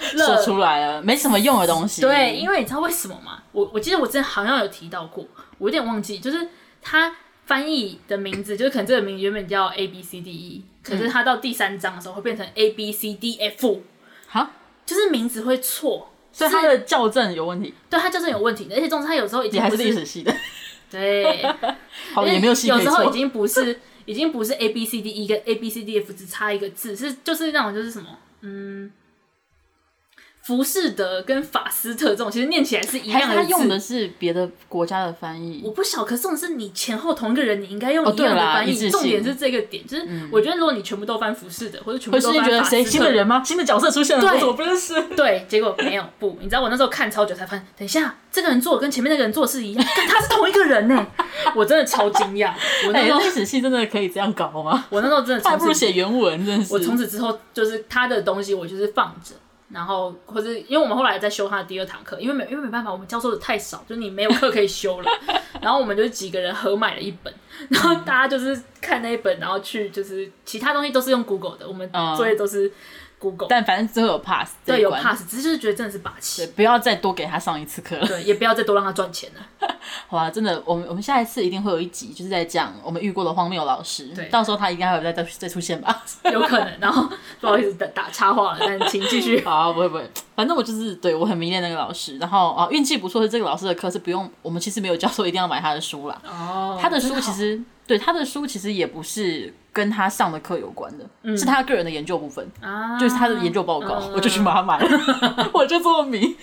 A: 说
B: 乐
A: 出来了，没什么用的东西。
B: 对，，因为你知道为什么吗？我我记得我之前好像有提到过，我有点忘记，就是他翻译的名字，就是可能这个名字原本叫 A B C D E，可
A: 嗯
B: 是他到第三章的时候会变成 A B C D F，
A: 好，
B: 就是名字会错。
A: 所以他的校正有问题，
B: 对他就是有问题的，而且总之他有时候已
A: 也
B: 经
A: 还
B: 不
A: 是
B: 是
A: 历史系的，
B: 对，
A: 好哦也没有戏
B: 有
A: 可以
B: 时候已
A: 做。
B: 经不是 已经不是 A B C D E 跟 A B C D F 只差一个字，是就是那种就是什么嗯。浮士德跟法斯特这种其实念起来是一
A: 还
B: 样
A: 是
B: 的
A: 他
B: 字，
A: 用的是别的国家的翻译
B: 我，不晓，可是重点是你前后同一个人，你应该用
A: 哦
B: 一样
A: 对
B: 的
A: 啦
B: 翻译。
A: 一致性嗯
B: 重点是这个点，就是我觉得如果你全部都翻服饰的，或者全部
A: 我
B: 都
A: 瞬间
B: 翻
A: 觉得
B: 法
A: 谁
B: 斯
A: 新
B: 特
A: 的，人吗？新的角色出现了，
B: 对
A: 我怎么不认 识？
B: 对，结果没有不，你知道我那时候看超久才发现，等一下这个人做的跟前面那个人做的是一样，但他是同一个人呢， 我真的超惊讶。我那
A: 哎，
B: 时候
A: 历史系真的可以这样搞吗？
B: 我那时候真的
A: 还
B: 从
A: 不如
B: 此，
A: 写原文，真是。
B: 我从此之后就是他的东西我就是放着。然后，或者因为我们后来在修他的第二堂课，因为没因为没办法，我们教授的太少，就是你没有课可以修了。 然后我们就几个人合买了一本，然后大家就是看那一本，然后去就是其他东西都是用 Google 的，我们
A: 嗯
B: 作业都是 Google，、
A: 但反正最后有 pass，这
B: 对，
A: 一
B: 有
A: 关
B: pass，只是就是觉得真的是霸
A: 对，
B: 气，
A: 不要再多给他上一次课了。
B: 对，也不要再多让他赚钱了。
A: 好啊，真的，我们我们下一次一定会有一集，就是在讲我们遇过的荒谬老师。
B: 对
A: 到时候他应该还会再再再出现 吧？
B: 有可能。然后不好意思打打插话了，但请继续。
A: 好、啊，不会不会，反正我就是对我很迷恋那个老师，然后啊运气不错是这个老师的课是不用，我们其实没有教授一定要买他的书啦。
B: 哦，
A: 他的书其实对他的书其实也不是跟他上的课有关的，
B: 嗯
A: 是他个人的研究部分。
B: 啊，嗯
A: 就是他的研究报告，我就去把它买了， 我就这么迷。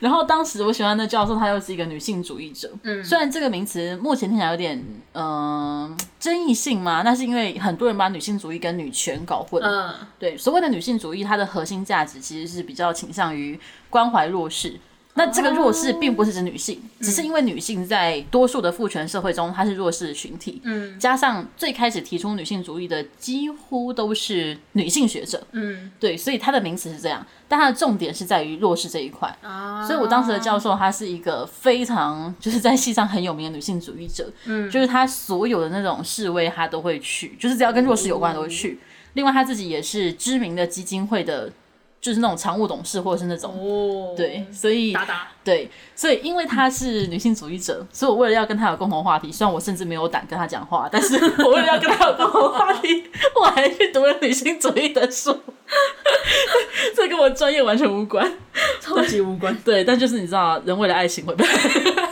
A: 然后当时我喜欢的教授，她又是一个女性主义者。
B: 嗯
A: 虽然这个名词目前听起来有点嗯、呃争议性嘛，那是因为很多人把女性主义跟女权搞混。
B: 嗯，
A: 对，所谓的女性主义，它的核心价值其实是比较倾向于关怀弱势。那这个弱势并不是指女
B: 哦
A: 性，只是因为女性在多数的父权社会中，她是弱势的群体。
B: 嗯，
A: 加上最开始提出女性主义的几乎都是女性学者，
B: 嗯
A: 对，所以它的名词是这样，但它的重点是在于弱势这一块。
B: 啊，
A: 所以我当时的教授，她是一个非常就是在系上很有名的女性主义者，
B: 嗯
A: 就是她所有的那种示威，她都会去，就是只要跟弱势有关的都会去。
B: 嗯
A: 另外，她自己也是知名的基金会的，就是那种常务董事或者是那种。
B: 哦，
A: 对，所以
B: 打打，
A: 对，所以因为她是女性主义者，所以我为了要跟她有共同话题，虽然我甚至没有胆跟她讲话，但是 我为了要跟她有共同话题， 我还去读了女性主义的书， 这跟我专业完全无关。
B: 超级无关。
A: 对，但就是你知道，人为了爱情会被，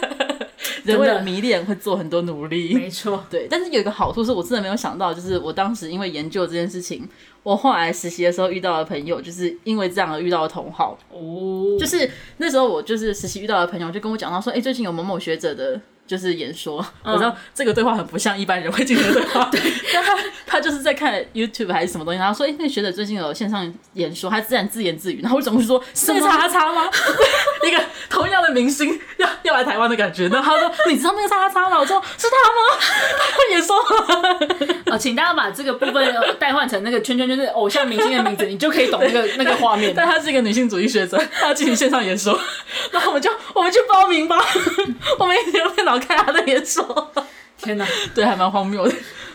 A: 人为
B: 真的
A: 了迷恋会做很多努力。
B: 没错，
A: 对，但是有一个好处是我真的没有想到，就是我当时因为研究这件事情，我后来实习的时候遇到的朋友，就是因为这样而遇到的同好。
B: 哦，
A: 就
B: 就
A: 是是那时候我就是实习遇到的朋友，就跟我讲到说，哎、最近有某某学者的。就是演说，我知道这个对话很不像一般人会进行嗯的对话。 但他他就是在看 YouTube 还是什么东西，然后说，哎、那个学者最近有线上演说，他自然自言自语，然后我总是说，是那个叉叉叉吗？ 一个同样的明星要要来台湾的感觉。然后他说，你知道那个叉叉叉吗？我说是他吗？ 他演说吗
B: 哦，请大家把这个部分呃代换成那个圈圈圈的偶像明星的名字，你就可以懂 那个那个画面。
A: 但她是一个女性主义学者，她要进行线上演说，然后我们就我们去报名 吧，我们一起用电脑看她的演说。
B: 天哪，
A: 对，还蛮荒谬的。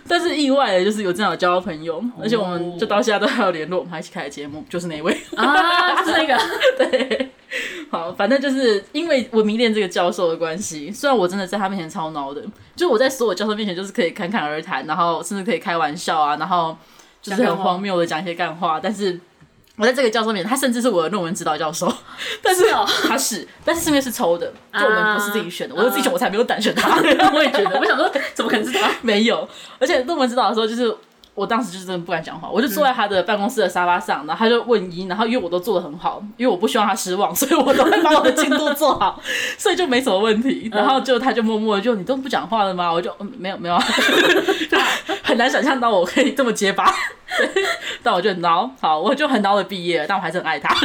A: 但是意外的就是有这样有交到朋友，而且我们就到现在都还有联络，我们还一起开节目，就是那一位。
B: 啊，就是那个，
A: 对，好，反正就是因为我迷恋这个教授的关系，虽然我真的在他面前超孬的，就是我在所有教授面前就是可以侃侃而谈，然后甚至可以开玩笑啊，然后就是很荒谬的讲一些干话，但是。我在这个教授面前，他甚至是我的论文指导教授，但是
B: 是哦
A: 他是，但是是因为是抽的，就我们不是自己选的，我是自己选，我才没有胆选他。
B: 我也觉得，我想说，怎么可能是他？
A: 没有，而且论文指导的时候，就是我当时就是真的不敢讲话，我就坐在他的办公室的沙发上，然后他就问一，然后因为我都做的很好，因为我不希望他失望，所以我都会把我的进度做好， 所以就没什么问题。然后就他就默默地就你都不讲话了吗？我就、嗯、没有没有啊， 就很难想象到我可以这么结巴， 但我就很孬，好，我就很孬的毕业了，但我还是很爱他，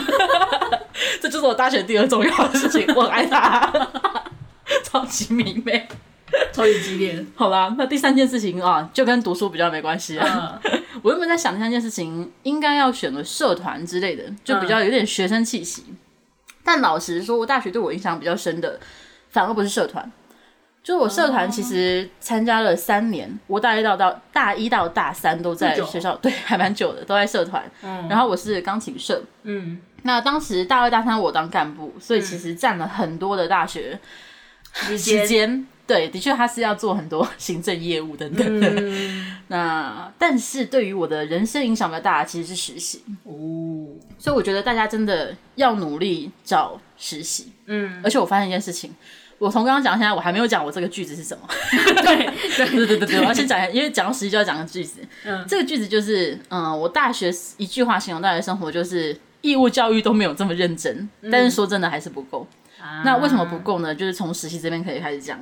A: 这就是我大学第二重要的事情，我很爱他， 超级迷妹。
B: 超级激烈，
A: 好啦，那第三件事情啊，就跟读书比较没关系啊。
B: 嗯，
A: 我原本在想第三件事情应该要选个社团之类的，就比较有点学生气
B: 嗯
A: 息。但老实说，我大学对我影响比较深的，反而不是社团。就是我社团其实参加了三年，我大一到到大一到大三都在
B: 这么久
A: 学校，对，还蛮久的，都在社团。
B: 嗯
A: 然后我是钢琴社，
B: 嗯，
A: 那当时大二大三我当干部，所以其实占了很多的大学
B: 时
A: 时，间。对，的确他是要做很多行政业务等等的。
B: 嗯，
A: 那但是对于我的人生影响比较大，其实是实习。
B: 哦，
A: 所以我觉得大家真的要努力找实习。
B: 嗯，
A: 而且我发现一件事情，我从刚刚讲到现在，我还没有讲我这个句子是 什么。
B: 对
A: 对对对对，我要先讲一下，因为讲到实习就要讲个句子。
B: 嗯
A: 这个句子就是，嗯，我大学一句话形容大学生活就是。义务教育都没有这么认真，
B: 嗯
A: 但是说真的还是不够。那为什么不？够呢？就是从实习这边可以开始讲。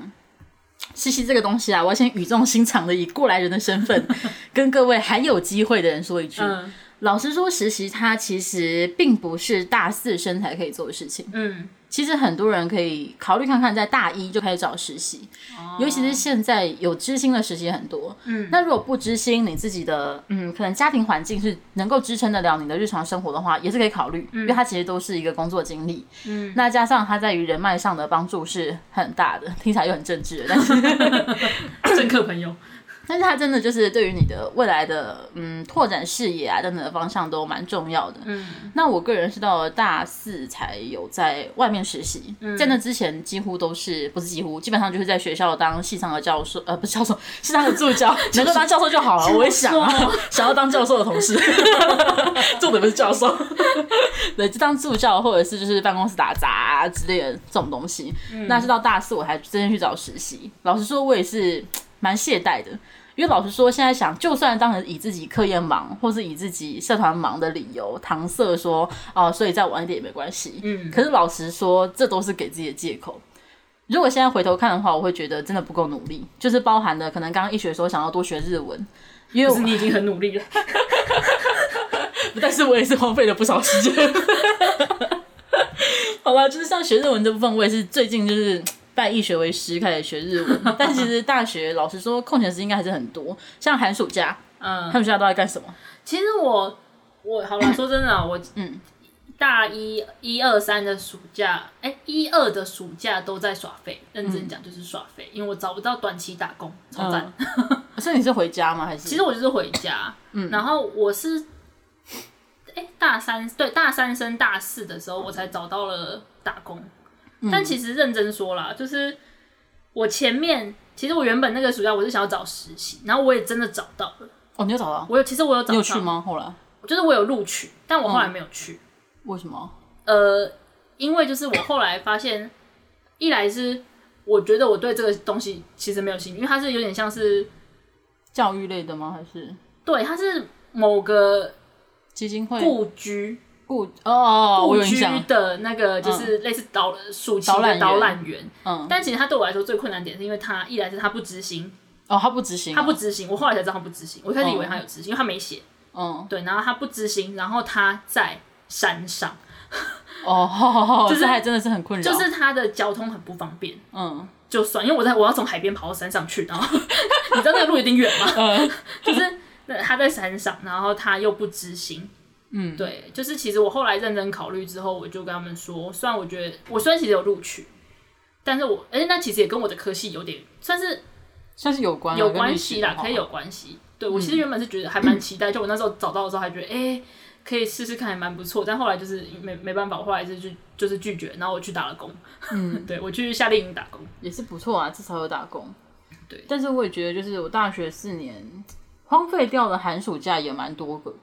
A: 实习这个东西啊，我要先语重心长的以过来人的身份，跟各位还有机会的人说一句：
B: 嗯
A: 老实说，实习它其实并不是大四生才可以做的事情。
B: 嗯，
A: 其实很多人可以考虑看看，在大一就开始找实习，尤其是现在有知心的实习很多。
B: 哦嗯
A: 那如果不知心，你自己的嗯，可能家庭环境是能够支撑得了你的日常生活的话，也是可以考虑，因为它其实都是一个工作经历。
B: 嗯，
A: 那加上它在于人脉上的帮助是很大的，听起来又很政治了，但是
B: 政客朋友，
A: 但是它真的就是对于你的未来的嗯拓展视野啊等等的方向都蛮重要的。
B: 嗯
A: 那我个人是到了大四才有在外面实习，在那之前几乎都是不是几乎，基本上就是在学校当系上的教授，呃，不是教授，系上的助教，能够当教授就好了。我也想啊，
B: 哦
A: 想要当教授的同 事，重点不是教授， 对，就当助教或者是就是办公室打杂、啊、之类的这种东西。那是到大四我才真正去找实习。老实说，我也是蛮懈怠的。因为老实说，现在想，就算当时以自己课业忙，或是以自己社团忙的理由搪塞说，哦、所以再晚一点也没关系。
B: 嗯
A: 可是老实说，这都是给自己的借口。如果现在回头看的话，我会觉得真的不够努力，就是包含了可能刚刚一学的时候想要多学日文，因为我
B: 就是你已经很努力了，
A: 但是我也是荒废了不少时间。 好吧，就是像学日文这部分，我也是最近就是嗯拜易学为师开始学日文，但其实大学老实说，空闲时间应该还是很多。像寒暑假，
B: 嗯
A: 寒，暑假都在干什么？
B: 其实我我好了，说真的啊，我
A: 嗯，
B: 大一一二三的暑假，哎、一二的暑假都在耍废，认
A: 嗯
B: 真讲就是耍废，因为我找不到短期打工，超赞。
A: 所以你是回家吗？还是
B: 嗯其实我就是回家，
A: 嗯
B: 然后我是，哎、大三对大三升大四的时候，我才找到了打工。
A: 嗯
B: 但其实认真说啦，就是我前面其实我原本那个暑假我是想要找实习，然后我也真的找到了。
A: 哦，你有找到？
B: 我有其实我有
A: 你
B: 找到，
A: 有去吗？嗯后来
B: 就是我有录取，但我后来没有去。
A: 为什么？
B: 呃，因为就是我后来发现，一来是我觉得我对这个东西其实没有兴趣，因为它是有点像是
A: 教育类的吗？还是
B: 对，它是某个
A: 基金会
B: 故居
A: 顾哦哦，我
B: 故
A: 有印
B: 居
A: 象。嗯
B: 的那个就是类似导暑期
A: 导览
B: 的
A: 员
B: 导览员，
A: 嗯，
B: 但其实它对我来说最困难点是因为它一来是它不执行，
A: 哦，他不执行啊，
B: 它不执行，我后来才知道它不执行，我一开始以为
A: 哦
B: 它有执行，因为它没写，
A: 嗯
B: 对，然后它不执行，然后它在山上，
A: 哦， 好好好，
B: 就是
A: 这还真的是很困扰，
B: 就是它的交通很不方便，
A: 嗯
B: 就算，因为我在我要从海边跑到山上去，然后 你知道那个路有点远吗？ 就是那他在山上，然后他又不知心。
A: 嗯，
B: 对，就是其实我后来认真考虑之后，我就跟他们说，虽然我觉得我虽然其实有录取，但是我而且那其实也跟我的科系有点算是
A: 算是有关啊
B: 有
A: 跟
B: 关
A: 历
B: 系哦嗯
A: 史
B: 啦
A: 的，话
B: 可以有关系。对我其实原本是觉得还蛮期待，就我那时候找到的时候还觉得，哎、可以试试看，还蛮不错。但后来就是没没办法，我后来是去就是拒绝，然后我去打了工。嗯， 对我去夏令营打工。
A: 也是不错啊，至少有打工。
B: 对
A: 但是我也觉得，就是我大学四年荒废掉的寒暑假也蛮多个。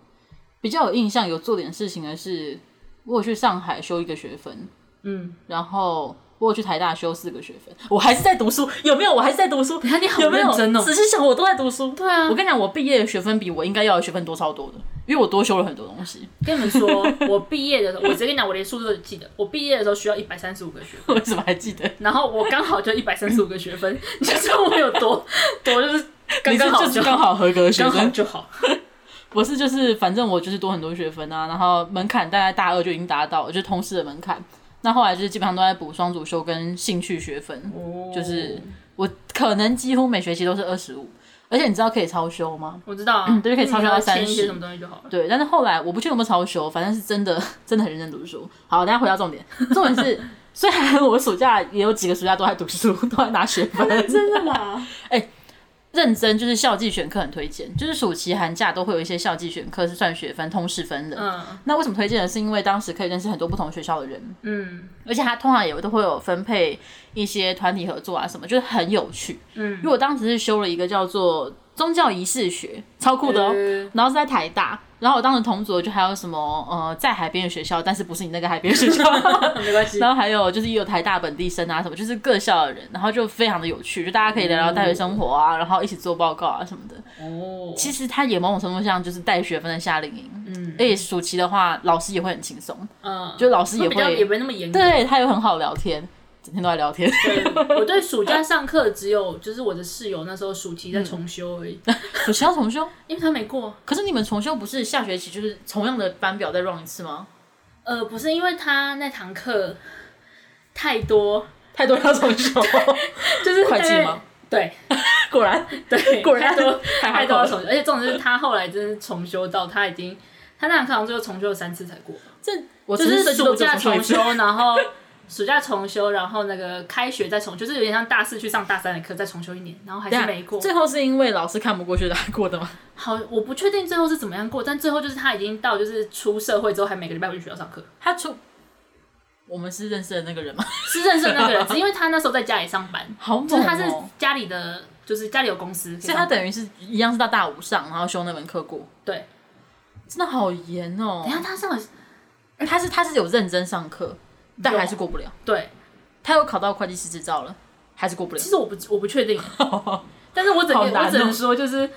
A: 比较有印象有做点事情的是，我有去上海修一个学分，
B: 嗯，
A: 然后我有去台大修四个学分，我还是在读书，有没有？我还是在读书。
B: 下你好
A: 有没有
B: 认真哦
A: 仔细想，我都在读书。
B: 对啊
A: 我跟你讲，我毕业的学分比我应该要的学分多超多的，因为我多修了很多东西。
B: 跟你们说，我毕业的时候，我直接跟你讲，我连数字都记得。我毕业的时候需要一百三十五个学 分，
A: 为什么还记得？
B: 然后我刚好就一百三十五个学分， 你就知道我有多多，就是刚刚好
A: 你是就是
B: 就
A: 刚
B: 好，
A: 好合格的学
B: 刚好
A: 分。
B: 就好。
A: 我是就是反正我就是多很多学分啊，然后门槛大概大二就已经达到了，就是通识的门槛。那后来就是基本上都在补双主修跟兴趣学分，
B: 嗯
A: 就是我可能几乎每学期都是二十五，而且你知道可以超修吗？
B: 我知道啊，
A: 嗯对就可以超
B: 你
A: 销
B: 只要
A: 到
B: 签一些
A: 30
B: 什么东西就好了。
A: 对，但是后来我不确定有没有超修，反正是真的真的很认真读书。好，大家回到重点，重点是 虽然我暑假也有几个暑假都在读书，都在拿学分，
B: 真的啦，
A: 认真就是校际选课很推荐，就是暑期寒假都会有一些校际选课是算学分、通识分的。
B: 嗯
A: 那为什么推荐呢？是因为当时可以认识很多不同学校的人，
B: 嗯
A: 而且他通常也都会有分配一些团体合作啊什么，就是很有趣。因
B: 嗯，
A: 为我当时是修了一个叫做宗教仪式学，超酷的哦。
B: 呃
A: 然后是在台大，然后我当时同组就还有什么呃在海边的学校，但是不是你那个海边学 校，
B: 嗯没关系。
A: 然后还有就是也有台大本地生啊什么，就是各校的人，然后就非常的有趣，就大家可以聊
B: 嗯
A: 聊大学生活啊，然后一起做报告啊什么的。
B: 哦，
A: 其实它也某种程度上就是带学分的夏令营，
B: 嗯
A: 而且暑期的话老师也会很轻松，
B: 嗯，
A: 就老师也
B: 会比较也
A: 会，
B: 没那么严格。
A: 对他也很好聊天，整天都在聊天，
B: 对 我对暑假上课只有就是我的室友那时候暑期在重修 而已，
A: 暑期要重修。
B: 因为他没过。
A: 可是你们重修不是下学期就是同样的班表再 run 一次吗？
B: 呃，不是因为他那堂课太多，
A: 太多要重 修，
B: 就是
A: 会计
B: 大概
A: 吗？
B: 对
A: 果然
B: 对，
A: 果然
B: 太多
A: 太
B: 太
A: 好
B: 多
A: 考
B: 要
A: 了，
B: 重修，而且重点是他后来真是重修到他已经他那堂课好像最后重修了三次才过。
A: 这我
B: 就
A: 只
B: 是
A: 设计
B: 暑
A: 都只
B: 假
A: 重
B: 重
A: 一次
B: 修，然后暑假重修，然后那个开学再重，就是有点像大四去上大三的课，再重修一年，然后还
A: 啊
B: 是没过。
A: 最后是因为老师看不过去，他过的吗？
B: 好，我不确定最后是怎么样过，但最后就是他已经到就是出社会之后，还每个礼拜回去学校上课。
A: 他出我们是认识的那个人吗？
B: 是认识的那个人，只因为他那时候在家里上班，
A: 好猛、哦！
B: 就是他是家里的，就是家里有公司，
A: 所以他等于是一样是到大五上，然后修那门课过。
B: 对，
A: 真的好严哦
B: 等一！下他上了
A: 他是他是有认真上课，但还是过不了。
B: 对，
A: 他有考到会计师执照了，还是过不了
B: 其。实我不我不确定，但是我只能、
A: 好难哦
B: 我只能说就是。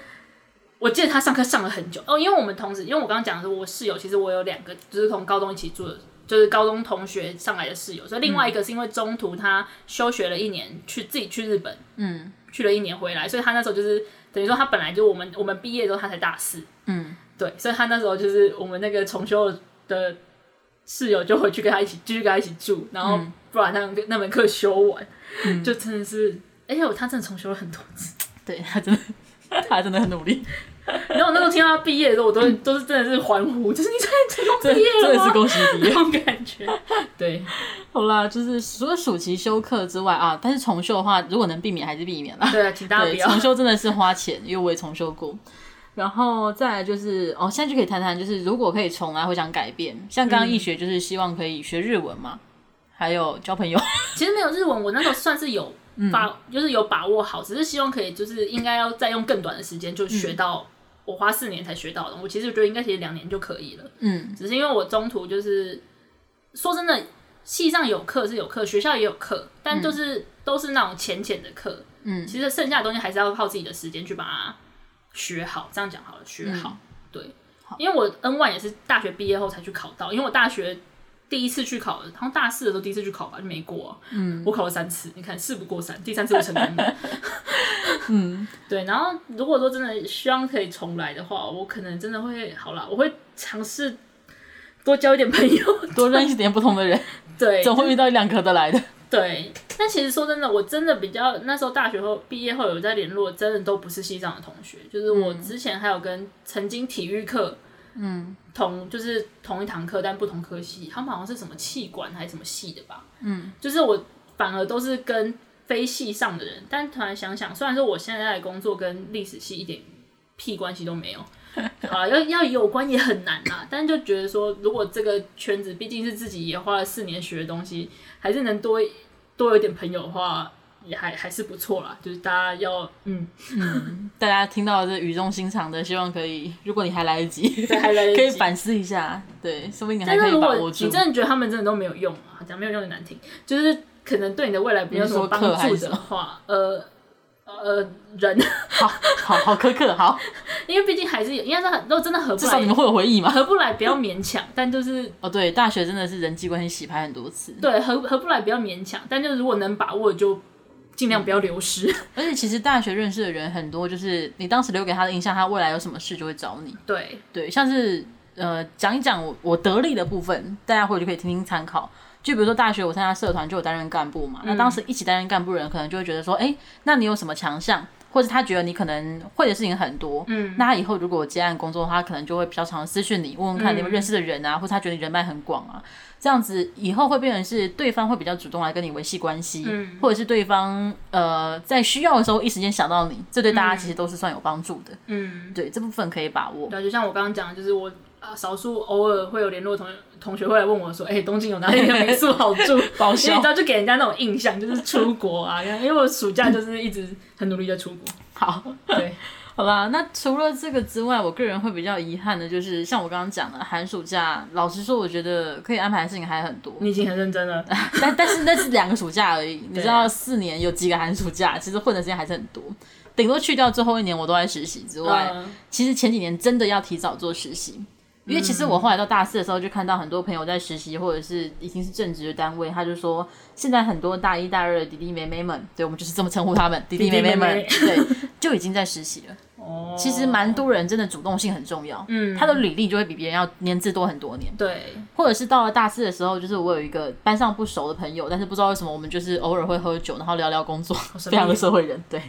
B: 我记得他上课上了很久哦，因为我们同时，因为我刚刚讲的是我室友，其实我有两个就是从高中一起住的，就是高中同学上来的室友，所以另外一个是因为中途他休学了一年，去自己去日本，
A: 嗯，
B: 去了一年回来，所以他那时候就是等于说他本来就我们我们毕业之后他才大四，
A: 嗯，
B: 对，所以他那时候就是我们那个重修的室友就回去跟他一起继续跟他一起住，然后不然那门那门课修完，
A: 嗯
B: 就真的是，而且我他真的重修了很多次。
A: 对他真的 他真的很努力，
B: 然后我那时候听到他毕业的时候，我都都是真的是欢呼， 就是你真的成功
A: 嗯真
B: 毕
A: 的
B: 业
A: 真
B: 了
A: 的是
B: 吗？
A: 恭喜你
B: 那。种感觉，对，
A: 好啦，就是除了暑期休课之外啊，但是重修的话，如果能避免还是避免啦。
B: 对啊，请大家不
A: 对，
B: 要
A: 重修真的是花钱，因为我也重修过。然后再来就是，哦，现在就可以谈谈，就是如果可以重来，会想改变。像
B: 嗯
A: 刚刚易学就是希望可以学日文嘛，还有交 朋友。
B: 其实没有日文，我那时候算是有
A: 嗯
B: 把，就是有把握好，只是希望可以就是应该要再用更短的时间就
A: 嗯
B: 学到、我花四年才学到的。我其实觉得应该其实两年就可以了，
A: 嗯
B: 只是因为我中途就是说真的，系上有课是有课，学校也有课，但就是、都是那种浅浅的课。
A: 嗯，
B: 其实剩下的东西还是要靠自己的时间去把它学好。这样讲好了，学好。对，因为我 N one 也是大学毕业后才去考到，因为我大学第一次去考，好像大四的时候第一次去考吧，就没过、嗯，我考了三次，你看事不过三，第三次我成功了。 嗯， 对。然后如果说真的希望可以重来的话，我可能真的会好啦，我会尝试多交一点朋友。
A: 多认识点不同的人，
B: 对，
A: 总会遇到一两合得来的。
B: 对，但其实说真的，我真的比较那时候大学后毕业后有在联络，真的都不是系上的同学，就是我之前还有跟曾经体育课，嗯，同就是同一堂课，但不同科系，他们好像是什么气管还是什么系的吧，嗯，就是我反而都是跟。非系上的人，但突然想想，虽然说我现在的工作跟历史系一点屁关系都没有， 啊，要要有关也很难啊。但就觉得说，如果这个圈子毕竟是自己也花了四年学的东西，还是能多多有点朋友的话，也还还是不错啦。就是大家要嗯，
A: 大家听到这语重心长的，希望可以，如果你还来得及，
B: 对还来得及
A: 可以反思一下，对，说不定你还
B: 但
A: 可
B: 是
A: 以
B: 如
A: 把
B: 果
A: 握
B: 你
A: 住。
B: 真的觉得他们真的都没有用啊，讲没有用也难听，就是可能对你的未来没有什么帮
A: 你是说课还
B: 助
A: 是什
B: 的
A: 么
B: 话，呃呃，人，
A: 好好好苛刻，好，
B: 因为毕竟还是有，应该是很都真的合不
A: 至少
B: 来
A: 你，们会有回忆嘛。
B: 合不来不要勉强， 但就是
A: 哦，对，大学真的是人际关系洗牌很多次，
B: 对合合不来不要勉强，但就是如果能把握就尽量不要流失。
A: 而且其实大学认识的人很多，就是你当时留给他的印象，他未来有什么事就会找你。
B: 对，
A: 对，像是呃讲一讲我我得力的部分，大家回去可以听听参考。就比如说大学我参加社团就有担任干部嘛，那当时一起担任干部的人可能就会觉得说，哎、那你有什么强项，或者他觉得你可能会的事情很多，嗯，那他以后如果接案工作的话，他可能就会比较常私讯你，问问看你有没有认识的人啊，或者他觉得你人脉很广啊，这样子以后会变成是对方会比较主动来跟你维系关系，嗯、或者是对方呃在需要的时候一时间想到你，这对大家其实都是算有帮助的，
B: 嗯。
A: 对这部分可以把握。
B: 对啊，就像我刚刚讲的，就是我啊，少数偶尔会有联络同学同学会来问我说，哎、东京有 哪里的民宿好住？
A: 报
B: 因为你知道，就给人家那种印象，就是出国啊， 因为我暑假就是一直很努力在出国。
A: 好，
B: 对，
A: 好吧，那除了这个之外，我个人会比较遗憾的就是，像我刚刚讲的，寒暑假，老实说，我觉得可以安排的事情还很多，
B: 你已经很认 真了。
A: 但但是那是两个暑假而已，你知
B: 啊
A: 道四年有几个寒暑假，其实混的时间还是很多，顶多去掉最后一年我都在实习之外，
B: 嗯
A: 其实前几年真的要提早做实习，因为其实我后来到大四的时候就看到很多朋友在实习或者是已经是正职的单位，他就说现在很多大一大二的弟弟妹妹们，对我们就是这么称呼他们，弟弟妹妹们，
B: 弟弟
A: 对，就已经在实习了。
B: 哦，
A: 其实蛮多人真的主动性很重要，嗯，他的履历就会比别人要年资多很多年，
B: 对，
A: 或者是到了大四的时候，就是我有一个班上不熟的朋友，但是不知道为什么我们就是偶尔会喝酒，然后聊聊工作，
B: 哦神秘
A: 非常的社会人，对。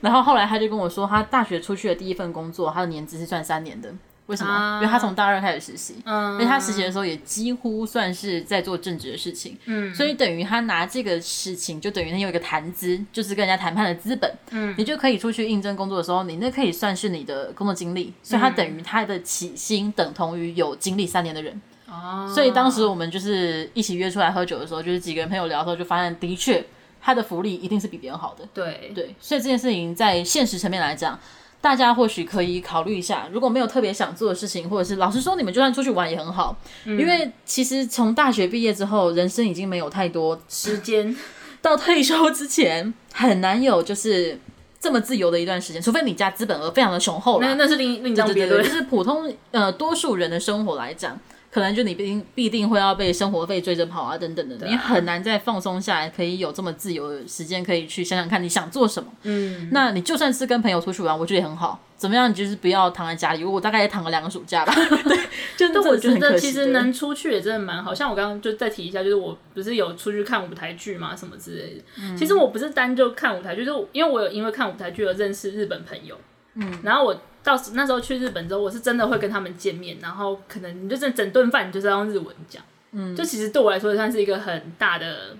A: 然后后来他就跟我说，他大学出去的第一份工作，他的年资是算三年的，为什么？
B: 啊
A: 因为他从大二开始实习，
B: 嗯
A: 而且他实习的时候也几乎算是在做正职的事情，
B: 嗯
A: 所以等于他拿这个事情，就等于他有一个谈资，就是跟人家谈判的资本，
B: 嗯，
A: 你就可以出去应征工作的时候，你那可以算是你的工作经历，所以他等于他的起薪等同于有经历三年的人，
B: 哦，
A: 所以当时我们就是一起约出来喝酒的时候，就是几个人朋友聊的时候，就发现的确他的福利一定是比别人好的，
B: 对
A: 对，所以这件事情在现实层面来讲，大家或许可以考虑一下，如果没有特别想做的事情，或者是老实说，你们就算出去玩也很好，因为其实从大学毕业之后，人生已经没有太多，
B: 时间，
A: 到退休之前很难有就是这么自由的一段时间，除非你家资本额非常的雄厚啦
B: 那那是另另当
A: 对对
B: 别
A: 对，
B: 论
A: 就。是普通呃多数人的生活来讲，可能就你必定必定会要被生活费追着跑啊，等等的，
B: 啊
A: 你很难再放松下来，可以有这么自由的时间，可以去想想看你想做什么。
B: 嗯，
A: 那你就算是跟朋友出去玩，我觉得也很好。怎么样，你就是不要躺在家里，我大概也躺了两个暑 假吧。对，就
B: 但
A: 那
B: 我觉得其实能出去也真的蛮好，像我刚刚就再提一下，就是我不是有出去看舞台剧嘛，什么之类的。
A: 嗯
B: 其实我不是单就看舞台剧，就是因为我有因为看舞台剧而认识日本朋友。嗯，然后我到时那时候去日本之后，我是真的会跟他们见面，然后可能你就整整顿饭你就是要用日文讲。嗯，就其实对我来说算是一个很大的。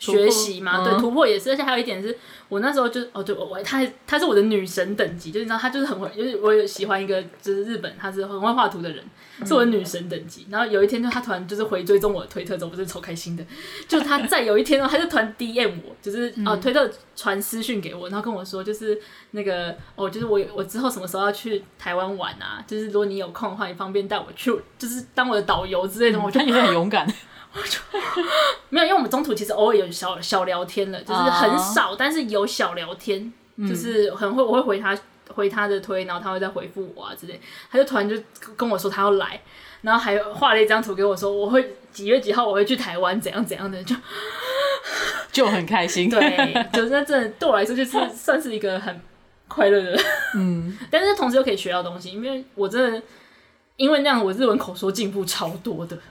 A: 突破
B: 学习嘛，对，
A: 嗯
B: 突破也是，而且还有一点是我那时候就哦，对我我她她是我的女神等级，就是你知道她就是很会，就是我有喜欢一个就是日本，她是很会画图的人，是我的女神等级。然后有一天，就她突然就是回追踪我的推特之后，我真的超开心的。就她再有一天哦，她就突然 DM 我，就是啊、呃推特传私讯给我，然后跟我说，就是那个哦，就是我我之后什么时候要去台湾玩啊？就是如果你有空的话，你方便带我去，就是当我的导游之类的。我
A: 我
B: 就
A: 觉得你是很勇敢，
B: 没有，因为我们中途其实偶尔有小小聊天了，就是很少，但是有小聊天，就是很会我会回他回他的推，然后他会再回复我啊之类。他就突然就跟我说他要来，然后还画了一张图给我说我会几月几号我会去台湾怎样怎样的，就
A: 就很开心。
B: 对， 就是那真的对我来说就是算是一个很快乐的，嗯， 但是同时又可以学到东西，因为我真的因为那样我日文口说进步超多的，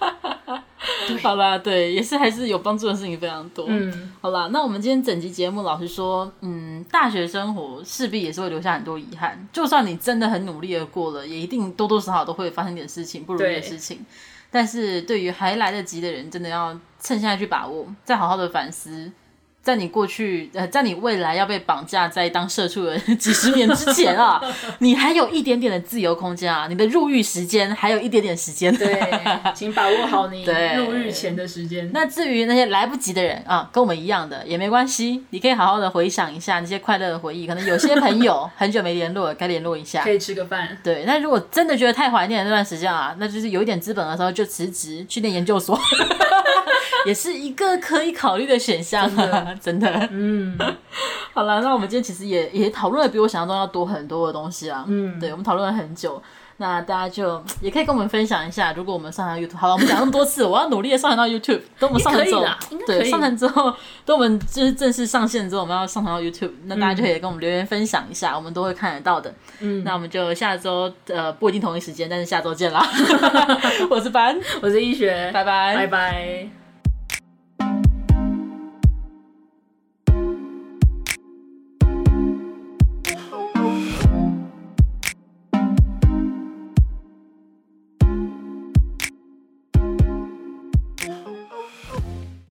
A: 好啦，对，也是还是有帮助的事情非常多。
B: 嗯，
A: 好啦，那我们今天整集节目，老实说，嗯，大学生活势必也是会留下很多遗憾。就算你真的很努力的过了，也一定多多少少都会发生点事情，不如意的
B: 对
A: 事情。但是对于还来得及的人，真的要趁现在去把握，再好好的反思，在你过去呃，在你未来要被绑架在当社畜的几十年之前 啊，你还有一点点的自由空间啊，你的入狱时间还有一点点时间。
B: 对，请把握好你
A: 对
B: 入狱前的时间。
A: 那至于那些来不及的人啊，跟我们一样的也没关系，你可以好好的回想一下那些快乐的回忆。可能有些朋友很久没联络了，该联络一下
B: 可。以吃个饭，
A: 对，那如果真的觉得太怀念那段时间啊，那就是有一点资本的时候就辞职去念研究 所，也是一个可以考虑的选项啊，真的。
B: 嗯，
A: 好了，那我们今天其实也也讨论的比我想象中要多很多的东西啊啦。
B: 嗯
A: 对，我们讨论了很久，那大家就也可以跟我们分享一下，如果我们上传 YouTube，好了，我们讲那么多次，我要努力的上传到 YouTube。等我们上传之后
B: 应该可以啦应该，可
A: 对，
B: 以
A: 上传之后，等我们就是正式上线之后，我们要上传到 YouTube，那大家就可以跟我们留言分享一下，我们都会看得到的。
B: 嗯
A: 那我们就下周呃不一 定同一时间，但是下周见啦。我是班，
B: 我是医学，
A: 拜拜
B: 拜拜。